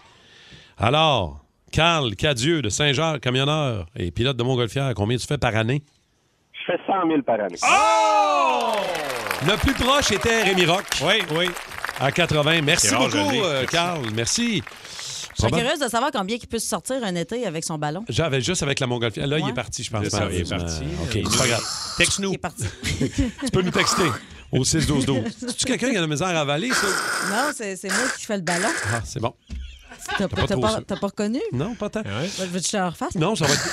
[SPEAKER 3] Alors, Carl Cadieux de Saint-Jacques, camionneur et pilote de Montgolfière, combien tu fais par année? Oh!
[SPEAKER 17] Je fais 100 000 par année.
[SPEAKER 3] Le plus proche était Rémi Rock.
[SPEAKER 5] Oui, oui.
[SPEAKER 3] À 80. Merci
[SPEAKER 5] C'est rare,
[SPEAKER 3] beaucoup,
[SPEAKER 5] je l'ai.
[SPEAKER 3] euh,
[SPEAKER 5] Merci.
[SPEAKER 3] Carl. Merci.
[SPEAKER 4] Je serais
[SPEAKER 3] Probable-
[SPEAKER 4] curieuse de savoir combien il peut se sortir un été avec son ballon.
[SPEAKER 3] J'avais juste avec la Montgolfière. Là, il
[SPEAKER 4] Ouais.
[SPEAKER 3] est parti, je pense.
[SPEAKER 5] C'est ça, il est parti.
[SPEAKER 3] malheureusement.
[SPEAKER 5] Euh,
[SPEAKER 3] OK, c'est pas grave.
[SPEAKER 5] Texte-nous.
[SPEAKER 3] Tu peux nous texter au 6-12-12. C'est-tu quelqu'un qui a de la misère à avaler, ça?
[SPEAKER 4] Non, c'est c'est moi qui fais le ballon.
[SPEAKER 3] Ah, c'est bon.
[SPEAKER 4] T'as
[SPEAKER 3] pas
[SPEAKER 4] pas, t'as
[SPEAKER 3] trop
[SPEAKER 4] pas-
[SPEAKER 3] ça.
[SPEAKER 4] t'as pas reconnu?
[SPEAKER 3] Non, pas
[SPEAKER 5] Ben
[SPEAKER 3] tant.
[SPEAKER 4] Veux- Veux-tu que je te le refasse?
[SPEAKER 3] Non, ça va être.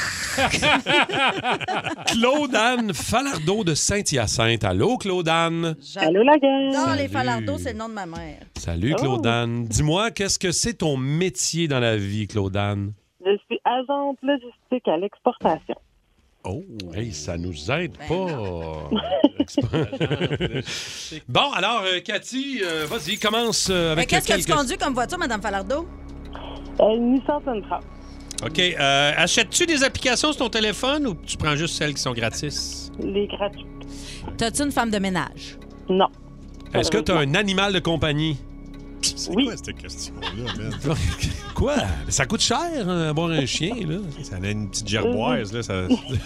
[SPEAKER 3] Claude-Anne Falardeau de Saint-Hyacinthe. Allô, Claude-Anne.
[SPEAKER 4] Allô, la gueule! Non,
[SPEAKER 3] Salut.
[SPEAKER 4] les falardos, c'est le nom de ma mère.
[SPEAKER 3] Salut, Claude-Anne. Dis-moi, qu'est-ce que c'est ton métier dans la vie, Claude-Anne?
[SPEAKER 16] Je suis agente logistique à l'exportation.
[SPEAKER 3] Oh, hey, ça nous aide
[SPEAKER 4] Ben
[SPEAKER 3] pas. bon, alors, euh, Cathy, euh, vas-y, commence euh,
[SPEAKER 4] Mais
[SPEAKER 3] avec
[SPEAKER 4] Ben, qu'est-ce que tu
[SPEAKER 3] quelques-
[SPEAKER 4] conduis comme voiture, Madame Falardeau?
[SPEAKER 16] Euh, Une Nissan Sentra.
[SPEAKER 5] OK. euh, Achètes-tu des applications sur ton téléphone ou tu prends juste celles qui sont gratis?
[SPEAKER 16] Les gratuits.
[SPEAKER 4] T'as-tu une femme de ménage?
[SPEAKER 16] Non.
[SPEAKER 6] Ah,
[SPEAKER 3] Est-ce que tu as un animal de compagnie?
[SPEAKER 5] C'est quoi cette question-là,
[SPEAKER 3] Quoi? Ça coûte cher, hein, avoir un chien, là.
[SPEAKER 5] Ça a une petite gerboise, là. Ça,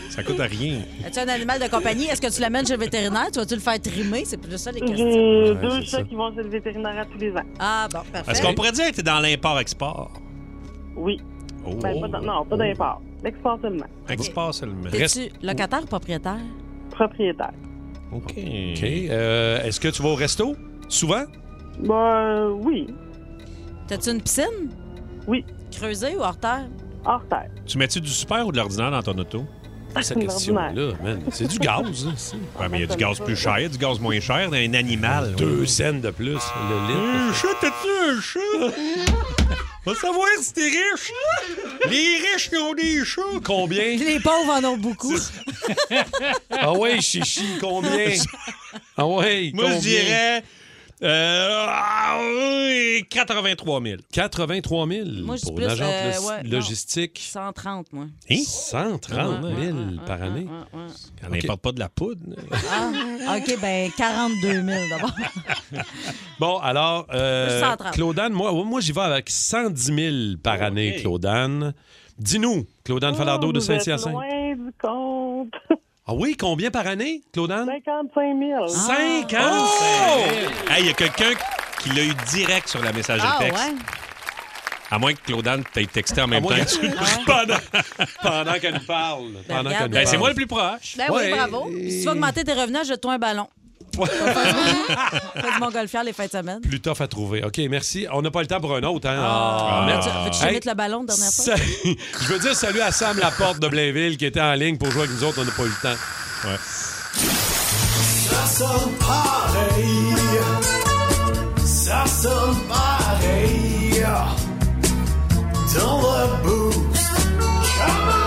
[SPEAKER 5] ça coûte à rien.
[SPEAKER 4] As-tu un animal de compagnie? Est-ce que tu l'amènes chez le vétérinaire? Tu vas-tu le faire trimer? C'est plus ça les questions.
[SPEAKER 16] J'ai deux chats qui vont chez le vétérinaire à tous les ans.
[SPEAKER 4] Ah, bon, parfait.
[SPEAKER 5] Est-ce qu'on pourrait dire que t'es dans l'import-export?
[SPEAKER 16] Oui.
[SPEAKER 5] Oh.
[SPEAKER 16] Ben, pas dans- non, pas d'import. L'export seulement.
[SPEAKER 5] Export seulement.
[SPEAKER 4] T'es-tu locataire ou propriétaire?
[SPEAKER 16] Propriétaire.
[SPEAKER 5] OK.
[SPEAKER 3] OK. Euh, Est-ce que tu vas au resto? Souvent?
[SPEAKER 16] Ben, oui.
[SPEAKER 4] T'as-tu une piscine?
[SPEAKER 16] Oui.
[SPEAKER 4] Creusée ou hors terre?
[SPEAKER 16] Hors terre.
[SPEAKER 5] Tu mets-tu du super ou de l'ordinaire dans ton auto?
[SPEAKER 3] Cette question-là, man. C'est du gaz, là. ça.
[SPEAKER 5] Ouais, mais il y a du gaz plus cher, il y a du gaz moins cher d'un animal.
[SPEAKER 3] Deux cents de plus, le litre.
[SPEAKER 5] Un chat, t'as-tu un chat? Va savoir si t'es riche. Les riches qui ont des chats.
[SPEAKER 3] Combien?
[SPEAKER 4] Les pauvres en ont beaucoup.
[SPEAKER 3] Ah ouais, chichi, combien? Ah ouais,
[SPEAKER 5] Moi, je
[SPEAKER 3] combien?
[SPEAKER 5] dirais euh, ah, oui, 83 000.
[SPEAKER 3] 83 000
[SPEAKER 4] Moi, je dis
[SPEAKER 3] pour
[SPEAKER 4] plus,
[SPEAKER 3] une agente
[SPEAKER 4] euh,
[SPEAKER 3] lo-
[SPEAKER 4] ouais, non.
[SPEAKER 3] logistique.
[SPEAKER 4] 130, moi.
[SPEAKER 5] Hein?
[SPEAKER 3] 130 000 par année.
[SPEAKER 5] On n'importe pas de la poudre.
[SPEAKER 4] Ah, OK, ben 42 000 d'abord.
[SPEAKER 3] Bon, alors, euh,
[SPEAKER 4] Plus 130.
[SPEAKER 3] Claudanne, moi, moi j'y vais avec 110 000
[SPEAKER 5] Oh,
[SPEAKER 3] par année, Claudanne. Dis-nous, Claudanne Falardeau de
[SPEAKER 16] Oh, Vous êtes
[SPEAKER 3] Saint-Hyacinthe.
[SPEAKER 16] loin du compte.
[SPEAKER 3] Ah oui, combien par année, Claudanne?
[SPEAKER 16] 55 000.
[SPEAKER 3] 55 000.
[SPEAKER 5] Hey, il y a quelqu'un qui l'a eu direct sur la messagerie
[SPEAKER 16] Ah,
[SPEAKER 5] texte.
[SPEAKER 16] ouais?
[SPEAKER 5] À moins que Claudanne t'ait texté en même
[SPEAKER 3] moins
[SPEAKER 5] temps.
[SPEAKER 3] que-
[SPEAKER 5] pendant
[SPEAKER 16] Ben,
[SPEAKER 3] pendant qu'elle nous parle. Pendant
[SPEAKER 5] Ben,
[SPEAKER 3] qu'elle nous
[SPEAKER 5] c'est
[SPEAKER 3] parle.
[SPEAKER 5] moi le plus proche.
[SPEAKER 4] Ben oui, bravo. Si tu vas augmenter tes revenus, jette-toi un ballon. Fais du montgolfière les fins de semaine.
[SPEAKER 3] Plus tough à trouver. OK, merci. On n'a pas le temps pour un autre. Hein?
[SPEAKER 4] Ah.
[SPEAKER 3] Ah.
[SPEAKER 4] Veux-tu- Veux-tu que je te
[SPEAKER 3] Hey,
[SPEAKER 4] mette le ballon dernière fois?
[SPEAKER 3] ça- Je veux dire salut à Sam Laporte de Blainville qui était en ligne pour jouer avec nous autres. On n'a pas eu le temps.
[SPEAKER 2] Ça sonne pareil. Ça sonne pareil. Dans le boost. Come on!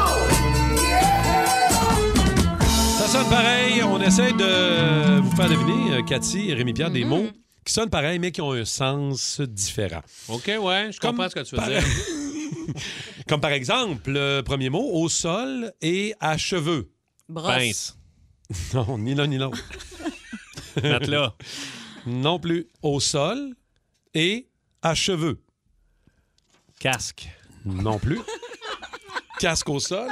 [SPEAKER 3] Ça sonne pareil. On essaie de vous faire deviner, euh, Cathy et Rémi-Pierre,
[SPEAKER 4] Mm-hmm.
[SPEAKER 3] des mots qui sonnent pareil, mais qui ont un sens différent.
[SPEAKER 5] OK, ouais, je comprends ce que tu veux
[SPEAKER 3] par-
[SPEAKER 5] dire.
[SPEAKER 3] Comme par exemple, le premier mot, au sol et à cheveux.
[SPEAKER 4] Brosse.
[SPEAKER 5] Pince.
[SPEAKER 3] Non, ni l'un ni l'autre.
[SPEAKER 5] Matelas.
[SPEAKER 3] Non plus. Au sol et à cheveux.
[SPEAKER 5] Casque.
[SPEAKER 3] Non plus. Casque au sol.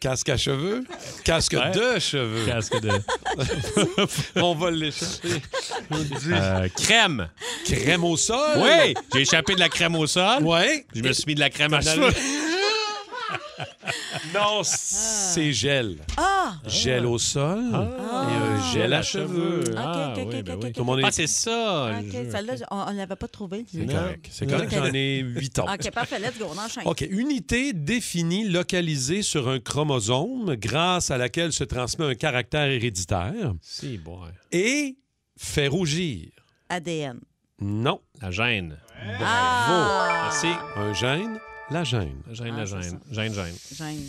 [SPEAKER 3] Casque à cheveux. Casque
[SPEAKER 5] Ouais.
[SPEAKER 3] de cheveux.
[SPEAKER 5] Casque de.
[SPEAKER 3] On va l'échapper.
[SPEAKER 5] Euh, crème.
[SPEAKER 3] Crème au sol.
[SPEAKER 5] Oui, j'ai échappé de la crème au sol.
[SPEAKER 3] Oui.
[SPEAKER 5] Je me suis mis de la crème à
[SPEAKER 3] T'en as
[SPEAKER 5] cheveux.
[SPEAKER 3] Non, c'est gel.
[SPEAKER 4] Ah!
[SPEAKER 3] Gel au sol et un gel à cheveux.
[SPEAKER 4] Ah, ok, ok, ok, ok.
[SPEAKER 3] Tout le monde est-
[SPEAKER 5] Ah, c'est ça.
[SPEAKER 4] OK, celle-là, on- on ne l'avait pas trouvée.
[SPEAKER 3] C'est correct. C'est correct,
[SPEAKER 4] Ok.
[SPEAKER 3] j'en ai huit ans.
[SPEAKER 4] OK, parfait, let's go, on enchaîne.
[SPEAKER 3] OK. Unité définie, localisée sur un chromosome grâce à laquelle se transmet un caractère héréditaire
[SPEAKER 5] Si, bon.
[SPEAKER 3] et fait rougir.
[SPEAKER 4] ADN.
[SPEAKER 3] Non.
[SPEAKER 5] La gêne.
[SPEAKER 3] Bravo.
[SPEAKER 4] Ah!
[SPEAKER 5] Merci.
[SPEAKER 3] Un gène, la gêne.
[SPEAKER 5] Gêne, la gêne. Gêne, gêne.
[SPEAKER 4] Gêne.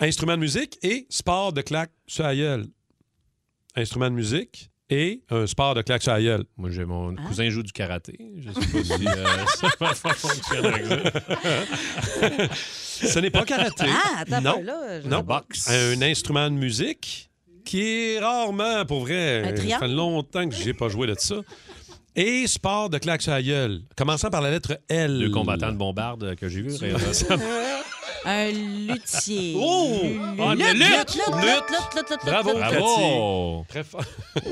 [SPEAKER 3] Instrument de musique et sport de claque sur la gueule. Instrument de musique et un sport de claque sur la gueule. Hein?
[SPEAKER 5] Moi, j'ai mon cousin joue du karaté. Je sais pas si euh, ça va faire fonctionner avec ça.
[SPEAKER 3] Ce n'est pas karaté.
[SPEAKER 5] Ah, attends un
[SPEAKER 3] non.
[SPEAKER 5] peu, là, je-
[SPEAKER 3] non.
[SPEAKER 5] La boxe.
[SPEAKER 3] Un instrument de musique qui est rarement, pour vrai, euh,
[SPEAKER 5] Un
[SPEAKER 3] ça
[SPEAKER 5] triangle?
[SPEAKER 3] fait longtemps que j'ai pas joué de ça. Et sport de claque sur la gueule. Commençant par la lettre L.
[SPEAKER 5] Le combattant de bombarde que j'ai vu.
[SPEAKER 3] Tu-
[SPEAKER 5] récemment.
[SPEAKER 4] Un luthier.
[SPEAKER 3] Oh! Ah,
[SPEAKER 4] Lutte, lutte,
[SPEAKER 3] lutte,
[SPEAKER 4] lutte,
[SPEAKER 3] lutte,
[SPEAKER 4] lutte, lutte, lutte, lutte,
[SPEAKER 3] Bravo,
[SPEAKER 4] lutte.
[SPEAKER 5] Bravo.
[SPEAKER 3] Cathy. Très fort.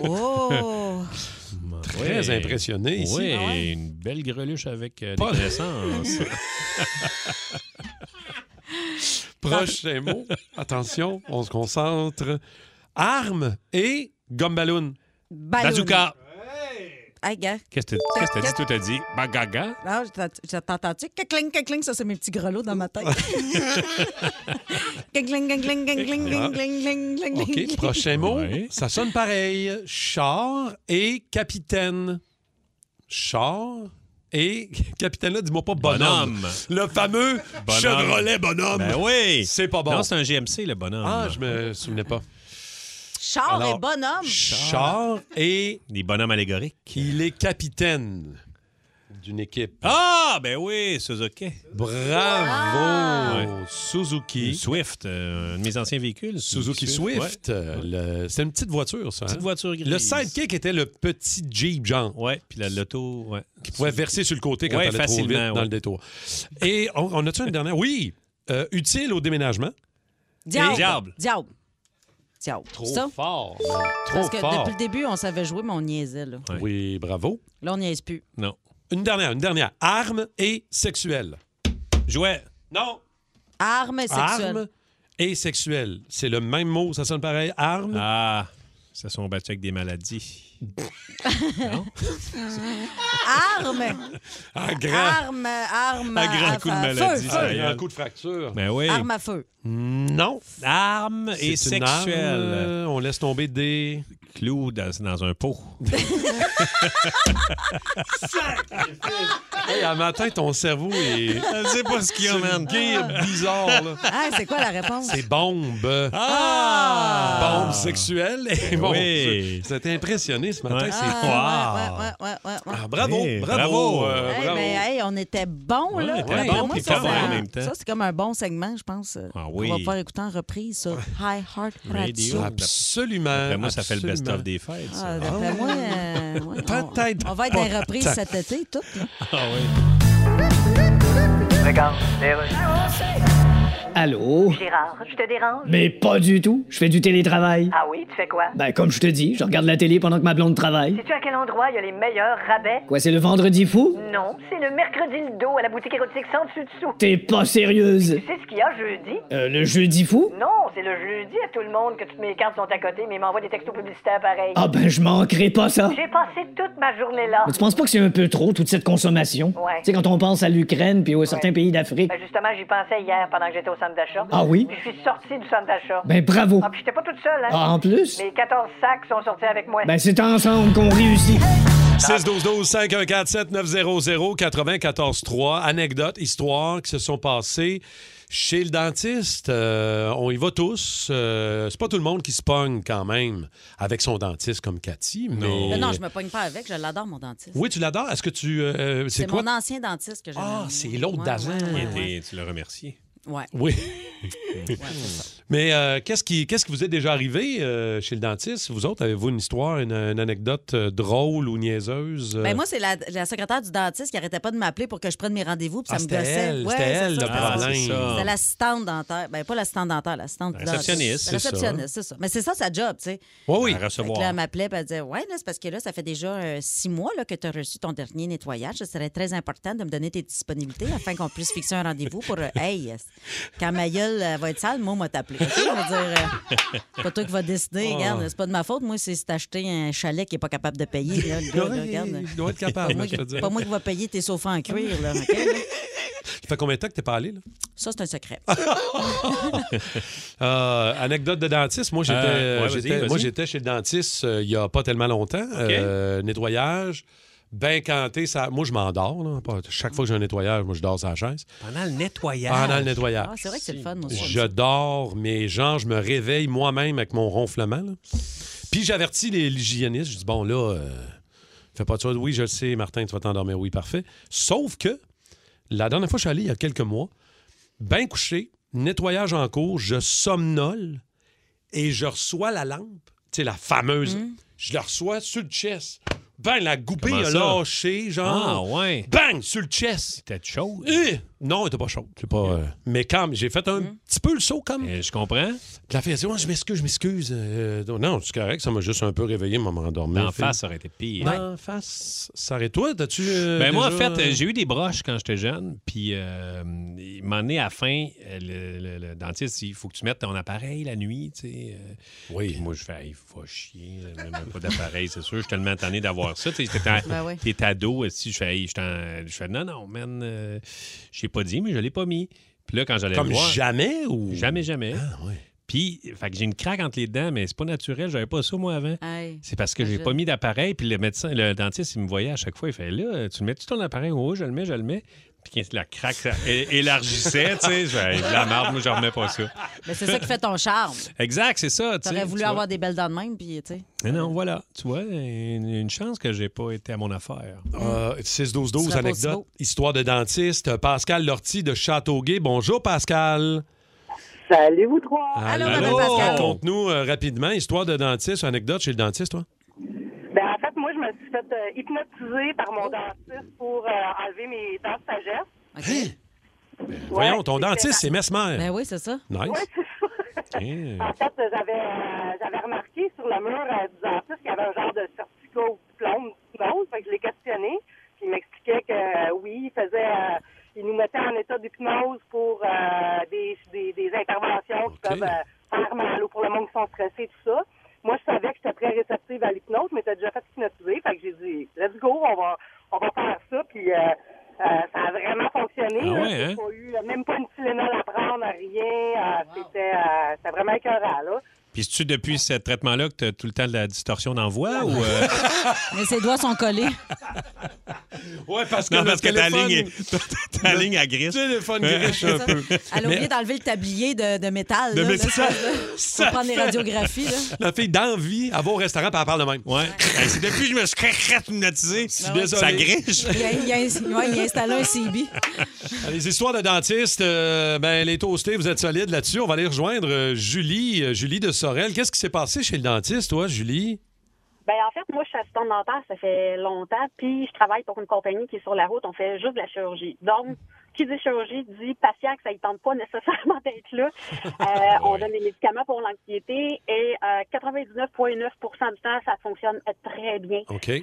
[SPEAKER 4] Oh!
[SPEAKER 3] Très
[SPEAKER 5] Ouais.
[SPEAKER 3] impressionné ici.
[SPEAKER 5] Ouais,
[SPEAKER 3] Ah ouais.
[SPEAKER 5] une belle greluche avec euh, des
[SPEAKER 3] Pas-
[SPEAKER 5] connaissances.
[SPEAKER 3] Prochain mot. Attention, on se concentre. Arme et gomme ballon.
[SPEAKER 4] Ballon.
[SPEAKER 5] Bazooka.
[SPEAKER 4] Hey, gars.
[SPEAKER 5] Qu'est-ce que t'as- qu'est-ce que t'as dit? Toi, t'as dit bagaga.
[SPEAKER 4] Là, t'entends-tu? Cacling, cacling, ça, c'est mes petits grelots dans ma tête. Cacling, cacling, cacling, cacling, cacling, cacling,
[SPEAKER 3] Ah. OK,
[SPEAKER 4] cacling.
[SPEAKER 3] prochain mot. Ça sonne pareil. Char et capitaine. Char et capitaine, là, dis-moi pas bonhomme.
[SPEAKER 5] Bonhomme.
[SPEAKER 3] Le fameux
[SPEAKER 5] Bonhomme.
[SPEAKER 3] Chevrolet bonhomme.
[SPEAKER 5] Ben oui.
[SPEAKER 3] C'est pas bon.
[SPEAKER 5] Non, c'est un GMC, le bonhomme.
[SPEAKER 3] Ah, je me souvenais pas.
[SPEAKER 4] Char
[SPEAKER 3] Alors,
[SPEAKER 4] et bonhomme.
[SPEAKER 3] Char et.
[SPEAKER 5] Des bonhommes allégoriques.
[SPEAKER 3] Il est capitaine d'une équipe.
[SPEAKER 5] Ah, ben oui, Suzuki.
[SPEAKER 3] Bravo! Suzuki.
[SPEAKER 5] Swift, euh, un de mes anciens véhicules.
[SPEAKER 3] Suzuki Swift. euh, le- C'était une petite voiture, ça. hein?
[SPEAKER 5] Petite voiture grise.
[SPEAKER 3] Le sidekick était le petit Jeep, genre.
[SPEAKER 5] Ouais, puis la l'auto, ouais.
[SPEAKER 3] Qui pouvait verser sur le côté quand
[SPEAKER 5] Ouais,
[SPEAKER 3] t'allais trop vite
[SPEAKER 5] facilement,
[SPEAKER 3] dans
[SPEAKER 5] ouais.
[SPEAKER 3] le détour. Et on, on a-tu une dernière? Oui! Euh, utile au déménagement.
[SPEAKER 4] Diable.
[SPEAKER 3] Et-
[SPEAKER 4] Diable. Diable. Diable. Ça?
[SPEAKER 3] fort. Trop
[SPEAKER 4] Parce que
[SPEAKER 3] fort.
[SPEAKER 4] depuis le début, on savait jouer, mais on niaisait. Là,
[SPEAKER 3] Oui, bravo.
[SPEAKER 4] là on niaise plus.
[SPEAKER 5] Non.
[SPEAKER 3] Une dernière, une dernière. Arme et sexuelle.
[SPEAKER 5] Jouet.
[SPEAKER 3] Non.
[SPEAKER 4] Arme sexuelle.
[SPEAKER 3] Arme et sexuelle. C'est le même mot, ça sonne pareil. Arme.
[SPEAKER 5] Ah, ils se sont battus avec des maladies.
[SPEAKER 4] Arme.
[SPEAKER 3] Un
[SPEAKER 4] Arme. Arme.
[SPEAKER 5] Un grand
[SPEAKER 4] à-
[SPEAKER 5] coup de
[SPEAKER 4] à-
[SPEAKER 5] maladie,
[SPEAKER 4] feu,
[SPEAKER 5] ça
[SPEAKER 4] feu.
[SPEAKER 5] y est.
[SPEAKER 3] Un coup de fracture.
[SPEAKER 5] Ben oui.
[SPEAKER 4] Arme à feu.
[SPEAKER 3] euh, Non.
[SPEAKER 5] Arme et
[SPEAKER 3] C'est une arme.
[SPEAKER 5] sexuelle.
[SPEAKER 3] On laisse tomber des.
[SPEAKER 5] Clou dans, dans un pot.
[SPEAKER 3] Hey, à matin, ton cerveau est.
[SPEAKER 5] Je sais pas ce qu'il y a,
[SPEAKER 3] C'est une
[SPEAKER 5] man.
[SPEAKER 3] guire bizarre, là.
[SPEAKER 4] Ah, c'est quoi la réponse?
[SPEAKER 3] C'est bombe.
[SPEAKER 5] Ah!
[SPEAKER 3] Bombe sexuelle. Et
[SPEAKER 5] Ben
[SPEAKER 3] bon,
[SPEAKER 5] oui.
[SPEAKER 3] Vous êtes impressionné ce matin.
[SPEAKER 5] Ouais.
[SPEAKER 3] C'est
[SPEAKER 4] Ah, ouais, ouais, ouais, ouais, ouais.
[SPEAKER 3] Ah, bravo,
[SPEAKER 5] Oui,
[SPEAKER 3] bravo.
[SPEAKER 5] ben, bravo.
[SPEAKER 3] euh,
[SPEAKER 4] Hey,
[SPEAKER 3] bravo.
[SPEAKER 4] mais, hey, on était bons,
[SPEAKER 5] Ouais,
[SPEAKER 4] là.
[SPEAKER 5] on était
[SPEAKER 4] D'après moi,
[SPEAKER 5] bons, puis
[SPEAKER 4] ça,
[SPEAKER 5] pas mal
[SPEAKER 4] ça-
[SPEAKER 5] en même temps.
[SPEAKER 4] ça, c'est comme un bon segment, je pense.
[SPEAKER 5] Ah oui.
[SPEAKER 4] On va pouvoir écouter en reprise sur High Heart
[SPEAKER 5] Radio.
[SPEAKER 4] Radio.
[SPEAKER 3] Absolument.
[SPEAKER 5] Après ben, moi, ça fait le
[SPEAKER 3] absolument.
[SPEAKER 5] best-of des fêtes. ça.
[SPEAKER 4] Ah, D'après moi, euh, ouais, on-
[SPEAKER 3] Peut-être
[SPEAKER 4] on, va être en
[SPEAKER 3] pas
[SPEAKER 4] reprise
[SPEAKER 3] tant.
[SPEAKER 4] cet été, tout. là.
[SPEAKER 5] Ah oui.
[SPEAKER 6] Allô?
[SPEAKER 7] Gérard, je te dérange?
[SPEAKER 6] Mais pas du tout. Je fais du télétravail.
[SPEAKER 7] Ah oui, tu fais quoi?
[SPEAKER 6] Ben, comme je te dis, je regarde la télé pendant que ma blonde travaille.
[SPEAKER 7] Sais-tu à quel endroit il y a les meilleurs rabais?
[SPEAKER 6] Quoi, c'est le vendredi fou?
[SPEAKER 7] Non, c'est le mercredi le dos à la boutique érotique sans dessus dessous.
[SPEAKER 6] T'es pas sérieuse.
[SPEAKER 7] Tu sais ce qu'il y a jeudi?
[SPEAKER 6] Euh, le jeudi fou?
[SPEAKER 7] Non, c'est le jeudi à tout le monde que toutes mes cartes sont à côté, mais ils m'envoient des textos publicitaires pareils.
[SPEAKER 6] Ah ben, je manquerai pas ça.
[SPEAKER 7] J'ai passé toute ma journée là.
[SPEAKER 6] Mais tu penses pas que c'est un peu trop, toute cette consommation?
[SPEAKER 7] Ouais.
[SPEAKER 6] Tu sais, quand on pense à l'Ukraine puis aux certains pays d'Afrique.
[SPEAKER 7] Ben justement, j'y pensais hier pendant que j'étais au centre d'achat.
[SPEAKER 6] Ah oui?
[SPEAKER 7] Puis je suis sortie du centre d'achat.
[SPEAKER 6] Ben, bravo.
[SPEAKER 7] Ah, puis j'étais pas toute seule, hein?
[SPEAKER 6] Ah, en plus?
[SPEAKER 7] Mes 14 sacs sont sortis avec moi.
[SPEAKER 6] Ben, c'est ensemble qu'on réussit.
[SPEAKER 3] 612-514-7900-943. Anecdotes, histoires qui se sont passées chez le dentiste. Euh, on y va tous. Euh, c'est pas tout le monde qui se pogne quand même avec son dentiste comme Cathy, mais...
[SPEAKER 5] Oh.
[SPEAKER 4] Mais non, je me pogne pas avec, je l'adore, mon dentiste.
[SPEAKER 3] Oui, tu l'adores. Est-ce que tu... euh, c'est
[SPEAKER 4] C'est
[SPEAKER 3] quoi?
[SPEAKER 4] mon ancien dentiste que j'ai.
[SPEAKER 3] Ah, c'est l'autre Euh.
[SPEAKER 4] Ouais,
[SPEAKER 3] d'avant.
[SPEAKER 4] ouais, ouais,
[SPEAKER 5] Et tu le remercies.
[SPEAKER 4] Ouais.
[SPEAKER 3] Oui. Mais euh, qu'est-ce qui, qu'est-ce qui vous est déjà arrivé euh, chez le dentiste? Vous autres, avez-vous une histoire, une, une anecdote euh, drôle ou niaiseuse? euh?
[SPEAKER 4] Ben, moi, c'est la, la secrétaire du dentiste qui arrêtait pas de m'appeler pour que je prenne mes rendez-vous, puis
[SPEAKER 3] Ah,
[SPEAKER 4] ça me
[SPEAKER 3] c'était
[SPEAKER 4] gossait.
[SPEAKER 3] elle, c'était
[SPEAKER 4] c'est
[SPEAKER 3] elle,
[SPEAKER 4] ça,
[SPEAKER 3] le
[SPEAKER 4] c'était ça.
[SPEAKER 3] problème. Ah.
[SPEAKER 4] C'était l'assistante dentaire. Ben, pas l'assistante dentaire, l'assistante du dentiste.
[SPEAKER 5] Réceptionniste, c'est ça.
[SPEAKER 4] Réceptionniste, c'est ça. Mais c'est ça, sa job, tu sais.
[SPEAKER 5] Oui, oui. À
[SPEAKER 4] Fait que
[SPEAKER 5] recevoir.
[SPEAKER 4] là, elle m'appelait et elle disait Ouais, là, c'est parce que là, ça fait déjà euh, six mois là, que tu as reçu ton dernier nettoyage. Ce serait très important de me donner tes disponibilités afin qu'on puisse fixer un rendez-vous pour. euh, hey, euh, quand ma gueule euh, va être sale, moi, on m'a t'appelé. OK? Je veux dire, euh, c'est pas toi qui vas décider.
[SPEAKER 3] Ah.
[SPEAKER 4] Regarde, c'est pas de ma faute. Moi, c'est si t'as acheté un chalet qui est pas capable de payer. Là, le gars, là,
[SPEAKER 3] Ouais,
[SPEAKER 4] regarde.
[SPEAKER 3] il doit être capable,
[SPEAKER 4] Pas moi
[SPEAKER 3] je te
[SPEAKER 4] qui-
[SPEAKER 3] dis.
[SPEAKER 4] Pas moi qui va payer tes sofas en cuir. Là, OK?
[SPEAKER 3] Ça fait combien de temps que t'es pas allé? Là?
[SPEAKER 4] Ça, c'est un secret.
[SPEAKER 5] Ah,
[SPEAKER 3] Euh, anecdote de dentiste. Moi, j'étais,
[SPEAKER 5] Euh, ouais, vas-y,
[SPEAKER 3] j'étais-
[SPEAKER 5] vas-y.
[SPEAKER 3] moi, j'étais chez le dentiste euh, il n'y a pas tellement longtemps. Euh, nettoyage, ben canté. Ça... Moi, je m'endors. là. Pas- Chaque fois que j'ai un nettoyage, moi, je dors sur la chaise.
[SPEAKER 5] Pendant le nettoyage.
[SPEAKER 3] Pendant le nettoyage.
[SPEAKER 4] Ah, c'est vrai que c'est le fun, moi aussi.
[SPEAKER 3] Je dors, mais genre, je me réveille moi-même avec mon ronflement. là. Puis j'avertis les- l'hygiéniste. Je dis, bon, là, euh, fais pas de ça. Oui, je le sais, Martin, tu vas t'endormir. Oui, parfait. Sauf que la dernière fois que je suis allé, il y a quelques mois, bien couché, nettoyage en cours, je somnole et je reçois la lampe, tu sais, la fameuse.
[SPEAKER 4] Mm.
[SPEAKER 3] Je la reçois sur le chest. Ben, la goupille
[SPEAKER 5] Comment
[SPEAKER 3] a
[SPEAKER 5] ça?
[SPEAKER 3] lâché, genre.
[SPEAKER 5] Ah, ouais.
[SPEAKER 3] Bang, sur le chest.
[SPEAKER 5] C'était chaud.
[SPEAKER 3] Eh! Non, elle était pas chaude. C'est pas, euh, mais comme, j'ai fait un petit peu le saut comme.
[SPEAKER 5] je comprends.
[SPEAKER 3] La fille a dit Ouais, Je m'excuse, je m'excuse. Euh, donc, non, c'est correct, ça m'a juste un peu réveillé, m'a endormi.
[SPEAKER 5] D'en
[SPEAKER 3] Fille.
[SPEAKER 5] face, ça aurait été pire.
[SPEAKER 3] D'en face, ça aurait toi, t'as-tu. euh,
[SPEAKER 5] Ben moi, en
[SPEAKER 3] déjà-
[SPEAKER 5] fait, euh, j'ai eu des broches quand j'étais jeune, puis euh, il m'en est à la fin, euh, le, le- le dentiste, il faut que tu mettes ton appareil la nuit, tu sais. euh,
[SPEAKER 3] oui.
[SPEAKER 5] moi, je fais, il faut chier, là, même pas d'appareil, c'est sûr, je suis tellement tanné d'avoir ça. Tu sais, t'es en-
[SPEAKER 3] Ben oui.
[SPEAKER 5] t'es ado, si je fais, hey, je t'en- je fais, non, non, man, euh, je l'ai pas dit, mais je l'ai pas mis. Puis là, quand j'allais
[SPEAKER 3] Comme
[SPEAKER 5] le voir-
[SPEAKER 3] jamais Ah, ou.
[SPEAKER 5] Ben, Jamais, jamais. Puis, fait que j'ai une craque entre les dents, mais c'est pas naturel. J'avais pas ça, moi, avant. C'est parce que j'ai
[SPEAKER 3] imagine.
[SPEAKER 5] pas mis d'appareil. Puis le médecin, le dentiste, il me voyait à chaque fois. Il fait là, tu mets-tu ton appareil? Oui, je le mets, je le mets. Puis quand la craque ça é- élargissait, tu sais, je fais, hey, de la merde, moi, je remets pas ça.
[SPEAKER 4] Mais Ben, c'est ça qui fait ton charme.
[SPEAKER 5] Exact, c'est ça. tu sais,
[SPEAKER 4] T'aurais voulu
[SPEAKER 5] tu vois.
[SPEAKER 4] avoir des belles dents de même, puis tu sais.
[SPEAKER 5] Mais non, voilà. Tu vois, une, une chance que j'ai pas été à mon affaire.
[SPEAKER 3] Euh, 6-12-12,
[SPEAKER 5] Ce serait Hmm. pas aussi
[SPEAKER 3] anecdote,
[SPEAKER 5] beau.
[SPEAKER 3] histoire de dentiste. euh, Pascal Lortie de Châteauguay. Bonjour, Pascal.
[SPEAKER 16] Salut, vous trois.
[SPEAKER 3] Raconte-nous euh, rapidement, histoire de dentiste, anecdote chez le dentiste, toi.
[SPEAKER 16] Ben, en fait, moi, je me suis fait euh, hypnotiser par mon dentiste pour euh, enlever mes dents de sagesse.
[SPEAKER 3] Hein? Ben, Voyons, ton
[SPEAKER 5] Ah.
[SPEAKER 3] dentiste, c'est Mesmer.
[SPEAKER 4] Ben oui, c'est ça.
[SPEAKER 3] Nice. Eh.
[SPEAKER 16] En fait, euh, j'avais, euh, j'avais remarqué sur le mur euh, du dentiste qu'il y avait un genre de certificat ou diplôme d'hypnose. Fait que je l'ai questionné. Puis il m'expliquait que euh, oui, il faisait. euh, il nous mettait en état d'hypnose pour euh, des, des- des interventions qui peuvent euh, faire mal ou pour le monde qui sont stressés, tout ça. Moi, je savais que j'étais très réceptive à l'hypnose, mais t'as déjà fait hypnotiser. Fait que j'ai dit, let's go, on va, on va faire ça. Puis euh, euh, ça a vraiment fonctionné.
[SPEAKER 5] Ah
[SPEAKER 16] là.
[SPEAKER 5] ouais,
[SPEAKER 16] J'ai
[SPEAKER 5] hein?
[SPEAKER 16] pas eu, euh, même pas une Tylenol à prendre, rien.
[SPEAKER 18] Ah,
[SPEAKER 16] Euh, C'était euh, c'était vraiment écœurant, là. Euh,
[SPEAKER 5] Puis c'est-tu depuis ce traitement-là que tu as tout le temps de la distorsion d'envoi ou. euh,
[SPEAKER 4] Mais ses doigts sont collés.
[SPEAKER 3] Ouais, parce que
[SPEAKER 5] non,
[SPEAKER 3] le
[SPEAKER 5] parce que ta
[SPEAKER 3] téléphone-
[SPEAKER 5] ligne, est- ta ligne à grise.
[SPEAKER 3] téléphone
[SPEAKER 5] griche
[SPEAKER 4] un peu. Elle a oublié d'enlever le tablier de, de métal.
[SPEAKER 3] Non,
[SPEAKER 4] là,
[SPEAKER 3] mais
[SPEAKER 4] là,
[SPEAKER 3] c'est ça.
[SPEAKER 4] Pour prendre les radiographies. Là.
[SPEAKER 3] La fille d'envie, elle va au restaurant puis elle parle de même.
[SPEAKER 5] Ah Ouais. c'est depuis que je me suis hypnotisé. Ça griche.
[SPEAKER 4] Il a, il a ins- ouais, il a installé un CB.
[SPEAKER 3] Les histoires de dentistes, euh, ben, les toastés, vous êtes solides là-dessus. On va aller rejoindre euh, Julie, euh, Julie de Sorel. Qu'est-ce qui s'est passé chez le dentiste, toi, Julie?
[SPEAKER 18] Ben en fait, moi, je suis assistante dentaire, ça fait longtemps, puis je travaille pour une compagnie qui est sur la route, on fait juste de la chirurgie. Donc, qui dit chirurgie dit patient que ça ne tente pas nécessairement d'être là. Euh, on donne des médicaments pour l'anxiété et euh, 99,9 du temps, ça fonctionne très bien.
[SPEAKER 3] OK.
[SPEAKER 18] Euh,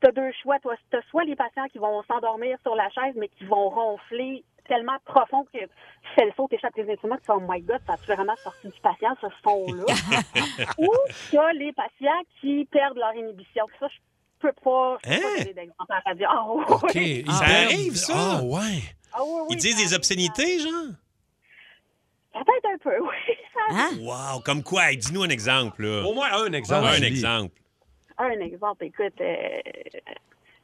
[SPEAKER 18] t'as deux choix. Toi, t'as soit les patients qui vont s'endormir sur la chaise, mais qui vont ronfler tellement profond que tu fais le saut, t'échappes tes instruments, tu fais Oh my God, ça a vraiment sorti du patient, ce son-là. Ou t'as les patients qui perdent leur inhibition. Ça, je peux pas, je peux pas
[SPEAKER 5] Hein?
[SPEAKER 18] donner d'exemple à la radio. Ah oui.
[SPEAKER 5] ils
[SPEAKER 18] Ah,
[SPEAKER 5] perdent- Ah, ouais.
[SPEAKER 18] Ah oui, oui,
[SPEAKER 5] Ils disent
[SPEAKER 18] ça-
[SPEAKER 5] des obscénités, genre?
[SPEAKER 18] Peut-être un peu, oui. Ça-
[SPEAKER 4] Hein?
[SPEAKER 5] Wow, comme quoi? Hey, Dis-nous un exemple. Là.
[SPEAKER 3] Au moins un exemple,
[SPEAKER 5] Un
[SPEAKER 3] Ah, Julie.
[SPEAKER 5] exemple.
[SPEAKER 18] Un exemple, écoute, euh,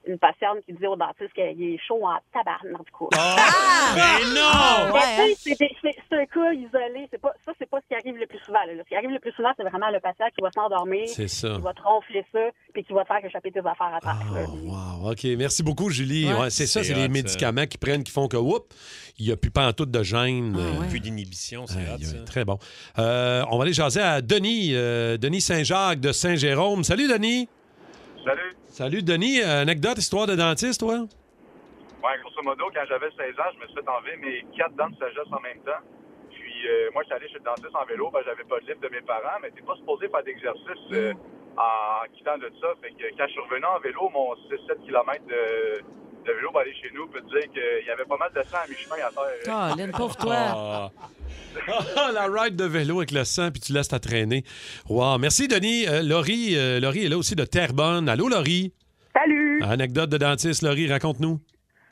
[SPEAKER 18] une patiente qui dit au dentiste qu'il est chaud en Ben, tabarnak
[SPEAKER 16] Ah
[SPEAKER 18] du coup.
[SPEAKER 5] Mais Ben non!
[SPEAKER 4] Ah, hein?
[SPEAKER 16] hein?
[SPEAKER 18] Mais tu sais, c'est des- c'est- c'est un cas isolé. C'est pas, ça, c'est pas ce qui arrive le plus souvent. là. Ce qui arrive le plus souvent, c'est vraiment le patient qui va s'endormir,
[SPEAKER 3] C'est ça.
[SPEAKER 18] qui va te ronfler ça, puis qui va te faire échapper tes affaires à terre.
[SPEAKER 16] Ah.
[SPEAKER 18] là.
[SPEAKER 3] Oh, Wow, OK. Merci beaucoup, Julie.
[SPEAKER 18] Ouais.
[SPEAKER 3] Ouais, c'est ça,
[SPEAKER 5] C'est
[SPEAKER 3] c'est les
[SPEAKER 5] hot,
[SPEAKER 3] médicaments qu'ils prennent qui font que, whoop, il n'y a plus pas en tout de
[SPEAKER 4] Ah,
[SPEAKER 3] gêne. euh,
[SPEAKER 5] Plus d'inhibition, c'est
[SPEAKER 3] Aïe,
[SPEAKER 5] hot,
[SPEAKER 3] aïe,
[SPEAKER 5] ça.
[SPEAKER 3] Très bon. Euh, on va aller jaser à Denis, euh, Denis Saint-Jacques de Saint-Jérôme. Salut, Denis.
[SPEAKER 19] Salut.
[SPEAKER 3] Salut, Denis. Euh, Anecdote, histoire de dentiste, toi?
[SPEAKER 19] Ouais, grosso modo, quand j'avais 16 ans, je me suis fait enlever mes quatre dents de sagesse en même temps. Puis euh, moi, j'étais allé chez le dentiste en vélo, ben, j'avais pas de livre de mes parents, mais t'es pas supposé faire d'exercice euh, en quittant de ça. Fait que quand je suis revenu en vélo, mon 6-7 km de, de vélo pour aller chez nous, peut te dire qu'il y avait pas mal de sang à mi-chemin à terre.
[SPEAKER 4] Colin, pauvre toi.
[SPEAKER 3] Ah, la ride de vélo avec le sang, puis tu laisses ta traîner. Wow. Merci, Denis. Euh, Laurie, euh, Laurie est là aussi de Terrebonne. Allô, Laurie?
[SPEAKER 20] Salut!
[SPEAKER 3] Anecdote de dentiste, Laurie, raconte-nous.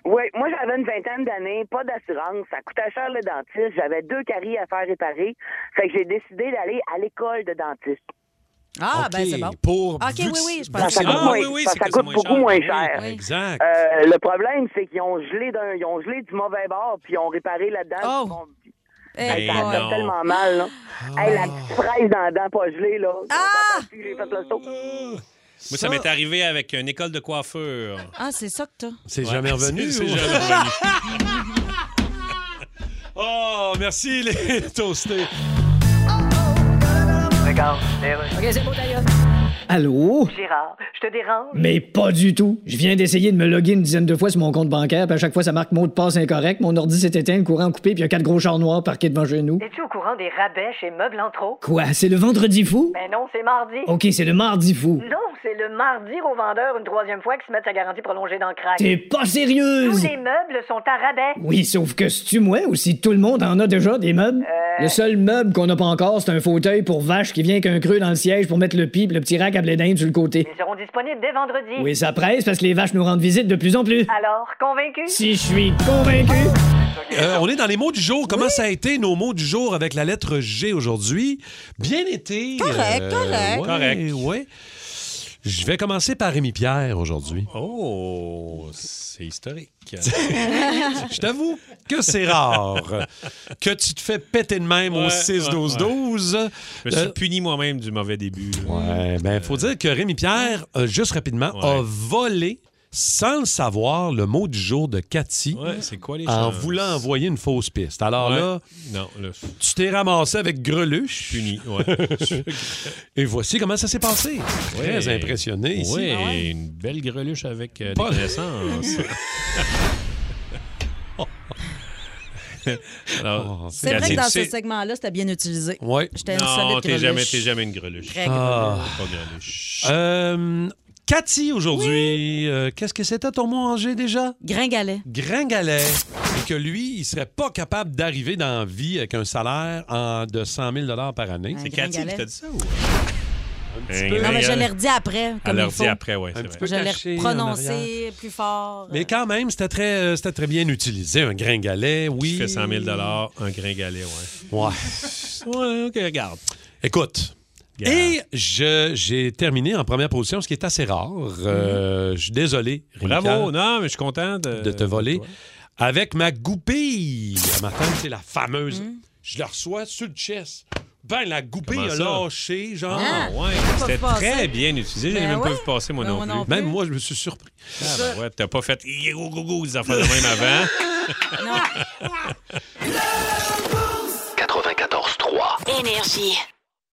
[SPEAKER 20] Oui, moi j'avais une vingtaine d'années, pas d'assurance, ça coûtait cher le dentiste, j'avais deux caries à faire réparer, fait que j'ai décidé d'aller à l'école de dentiste.
[SPEAKER 4] Ah,
[SPEAKER 20] OK,
[SPEAKER 4] ben c'est bon.
[SPEAKER 3] Pour, Ah,
[SPEAKER 4] OK, oui, oui, je
[SPEAKER 20] Ça,
[SPEAKER 4] pense
[SPEAKER 20] ça
[SPEAKER 4] que
[SPEAKER 20] coûte, moins- ça, ça coûte beaucoup moins cher.
[SPEAKER 3] Exact.
[SPEAKER 20] Euh, le problème, c'est qu'ils ont gelé d'un, ils ont gelé du mauvais bord, puis ils ont réparé la dent. puis ils ont- Hey,
[SPEAKER 4] Ben,
[SPEAKER 2] Eh
[SPEAKER 20] ça fait
[SPEAKER 2] non.
[SPEAKER 20] tellement mal, là. Hey, la petite fraise dans la dent pas gelée, là. Ah! J'ai fait le saut.
[SPEAKER 5] Moi, ça m'est arrivé avec une école de coiffure.
[SPEAKER 4] Ah, c'est ça que t'as.
[SPEAKER 3] C'est
[SPEAKER 5] Ouais,
[SPEAKER 3] jamais revenu.
[SPEAKER 5] c'est-
[SPEAKER 3] ou-
[SPEAKER 5] c'est jamais revenu.
[SPEAKER 3] oh, merci, les toastés.
[SPEAKER 21] OK, c'est bon, d'ailleurs.
[SPEAKER 6] Allô?
[SPEAKER 21] Gérard, je te dérange?
[SPEAKER 6] Mais pas du tout. Je viens d'essayer de me loguer une dizaine de fois sur mon compte bancaire, puis à chaque fois, ça marque mot de passe incorrect. Mon ordi s'est éteint, le courant coupé, puis il y a quatre gros chars noirs parqués devant chez nous.
[SPEAKER 21] Es-tu au courant des rabais chez Meubles en trop?
[SPEAKER 6] Quoi? C'est le vendredi fou?
[SPEAKER 21] Ben non, c'est mardi.
[SPEAKER 6] OK, c'est le mardi fou.
[SPEAKER 21] Non, c'est le mardi aux vendeurs une troisième fois qu'ils se mettent sa garantie prolongée dans le crack.
[SPEAKER 6] T'es pas sérieuse!
[SPEAKER 21] Tous les meubles sont à rabais.
[SPEAKER 6] Oui, sauf que si tu moi ou si tout le monde en a déjà des meubles. Le seul meuble qu'on n'a pas encore, c'est un fauteuil pour vache qui vient qu'un creux dans le siège pour mettre le pipe, le petit rack à blé d'Inde sur le côté.
[SPEAKER 21] Ils seront disponibles dès vendredi.
[SPEAKER 6] Oui, ça presse parce que les vaches nous rendent visite de plus en
[SPEAKER 4] Ah.
[SPEAKER 6] plus.
[SPEAKER 21] Alors, convaincu?
[SPEAKER 6] Si je suis convaincu.
[SPEAKER 3] Euh, on est dans les mots du jour. Comment ça a été nos mots du jour avec la lettre G aujourd'hui? Bien été. euh,
[SPEAKER 5] Correct, correct.
[SPEAKER 3] ouais,
[SPEAKER 5] Correct.
[SPEAKER 3] ouais. Je vais commencer par Rémi Pierre aujourd'hui.
[SPEAKER 5] Oh, c'est historique.
[SPEAKER 3] Je t'avoue que c'est rare que tu te fais péter de même au
[SPEAKER 5] Ouais,
[SPEAKER 3] 6-12-12.
[SPEAKER 5] Je me suis
[SPEAKER 3] Euh,
[SPEAKER 5] puni moi-même du mauvais début. là.
[SPEAKER 3] Ouais, ben, faut dire que Rémi Pierre, euh, juste rapidement, a volé, sans le savoir, le mot du jour de Cathy
[SPEAKER 5] Ouais, c'est quoi les
[SPEAKER 3] en
[SPEAKER 5] chances?
[SPEAKER 3] voulant envoyer une fausse piste. Alors
[SPEAKER 5] Ouais.
[SPEAKER 3] là,
[SPEAKER 5] Non, là.
[SPEAKER 3] tu t'es ramassé avec Greluche. Puni,
[SPEAKER 5] ouais.
[SPEAKER 3] Et voici comment ça s'est passé. Très
[SPEAKER 5] Ouais.
[SPEAKER 3] impressionné ici.
[SPEAKER 5] Ah Ouais, une belle greluche avec euh,
[SPEAKER 3] Pas-
[SPEAKER 5] des connaissances. Alors,
[SPEAKER 4] Oh, C'est vrai que dans ce segment-là, c'était bien utilisé.
[SPEAKER 3] Ouais.
[SPEAKER 4] J'étais une solide
[SPEAKER 5] Non, t'es jamais,
[SPEAKER 4] greluche.
[SPEAKER 5] t'es jamais une greluche.
[SPEAKER 4] Très
[SPEAKER 3] Ah.
[SPEAKER 5] T'es Pas greluche.
[SPEAKER 3] Euh, Cathy, aujourd'hui, euh, qu'est-ce que c'était ton mot en G déjà?
[SPEAKER 4] Gringalet.
[SPEAKER 3] Gringalet. Et que lui, il serait pas capable d'arriver dans la vie avec un salaire en- de 100 000 par année.
[SPEAKER 4] C'est Cathy gringalet. qui t'a dit
[SPEAKER 5] ça?
[SPEAKER 4] Non, mais je l'ai redit après. Comme
[SPEAKER 3] Elle l'a
[SPEAKER 4] il faut.
[SPEAKER 3] redit après, ouais,
[SPEAKER 4] Un
[SPEAKER 3] c'est
[SPEAKER 4] petit
[SPEAKER 3] vrai.
[SPEAKER 4] peu Je
[SPEAKER 3] caché
[SPEAKER 4] l'ai
[SPEAKER 3] en
[SPEAKER 4] prononcé
[SPEAKER 3] arrière.
[SPEAKER 4] plus fort.
[SPEAKER 3] Mais quand même, c'était très, euh, c'était très bien utilisé, un gringalet, oui. Tu fais 100 000
[SPEAKER 5] un gringalet, ouais.
[SPEAKER 3] Ouais.
[SPEAKER 5] Ouais, OK, regarde.
[SPEAKER 3] Écoute. Et je- j'ai terminé en première position, ce qui est assez rare. Euh, Je suis désolé. Rémi
[SPEAKER 5] Mm. Bravo,
[SPEAKER 3] Pierre.
[SPEAKER 5] non, mais je suis content de...
[SPEAKER 3] de te voler avec ma goupille. À matin, c'est la fameuse. Je la reçois sur le chest. Ben, la goupille
[SPEAKER 5] Comment
[SPEAKER 3] a
[SPEAKER 5] ça?
[SPEAKER 3] lâché, genre.
[SPEAKER 5] Ah, ouais. C'était très bien utilisé. Je l'ai
[SPEAKER 3] Ben
[SPEAKER 5] même pas
[SPEAKER 3] ouais.
[SPEAKER 5] vu passer, moi,
[SPEAKER 3] Ben,
[SPEAKER 5] non,
[SPEAKER 3] moi
[SPEAKER 5] plus.
[SPEAKER 3] non plus. Même moi, je me suis surpris.
[SPEAKER 5] Ah, ben ouais, t'as pas fait go go go des affaires de même avant.
[SPEAKER 1] Énergie.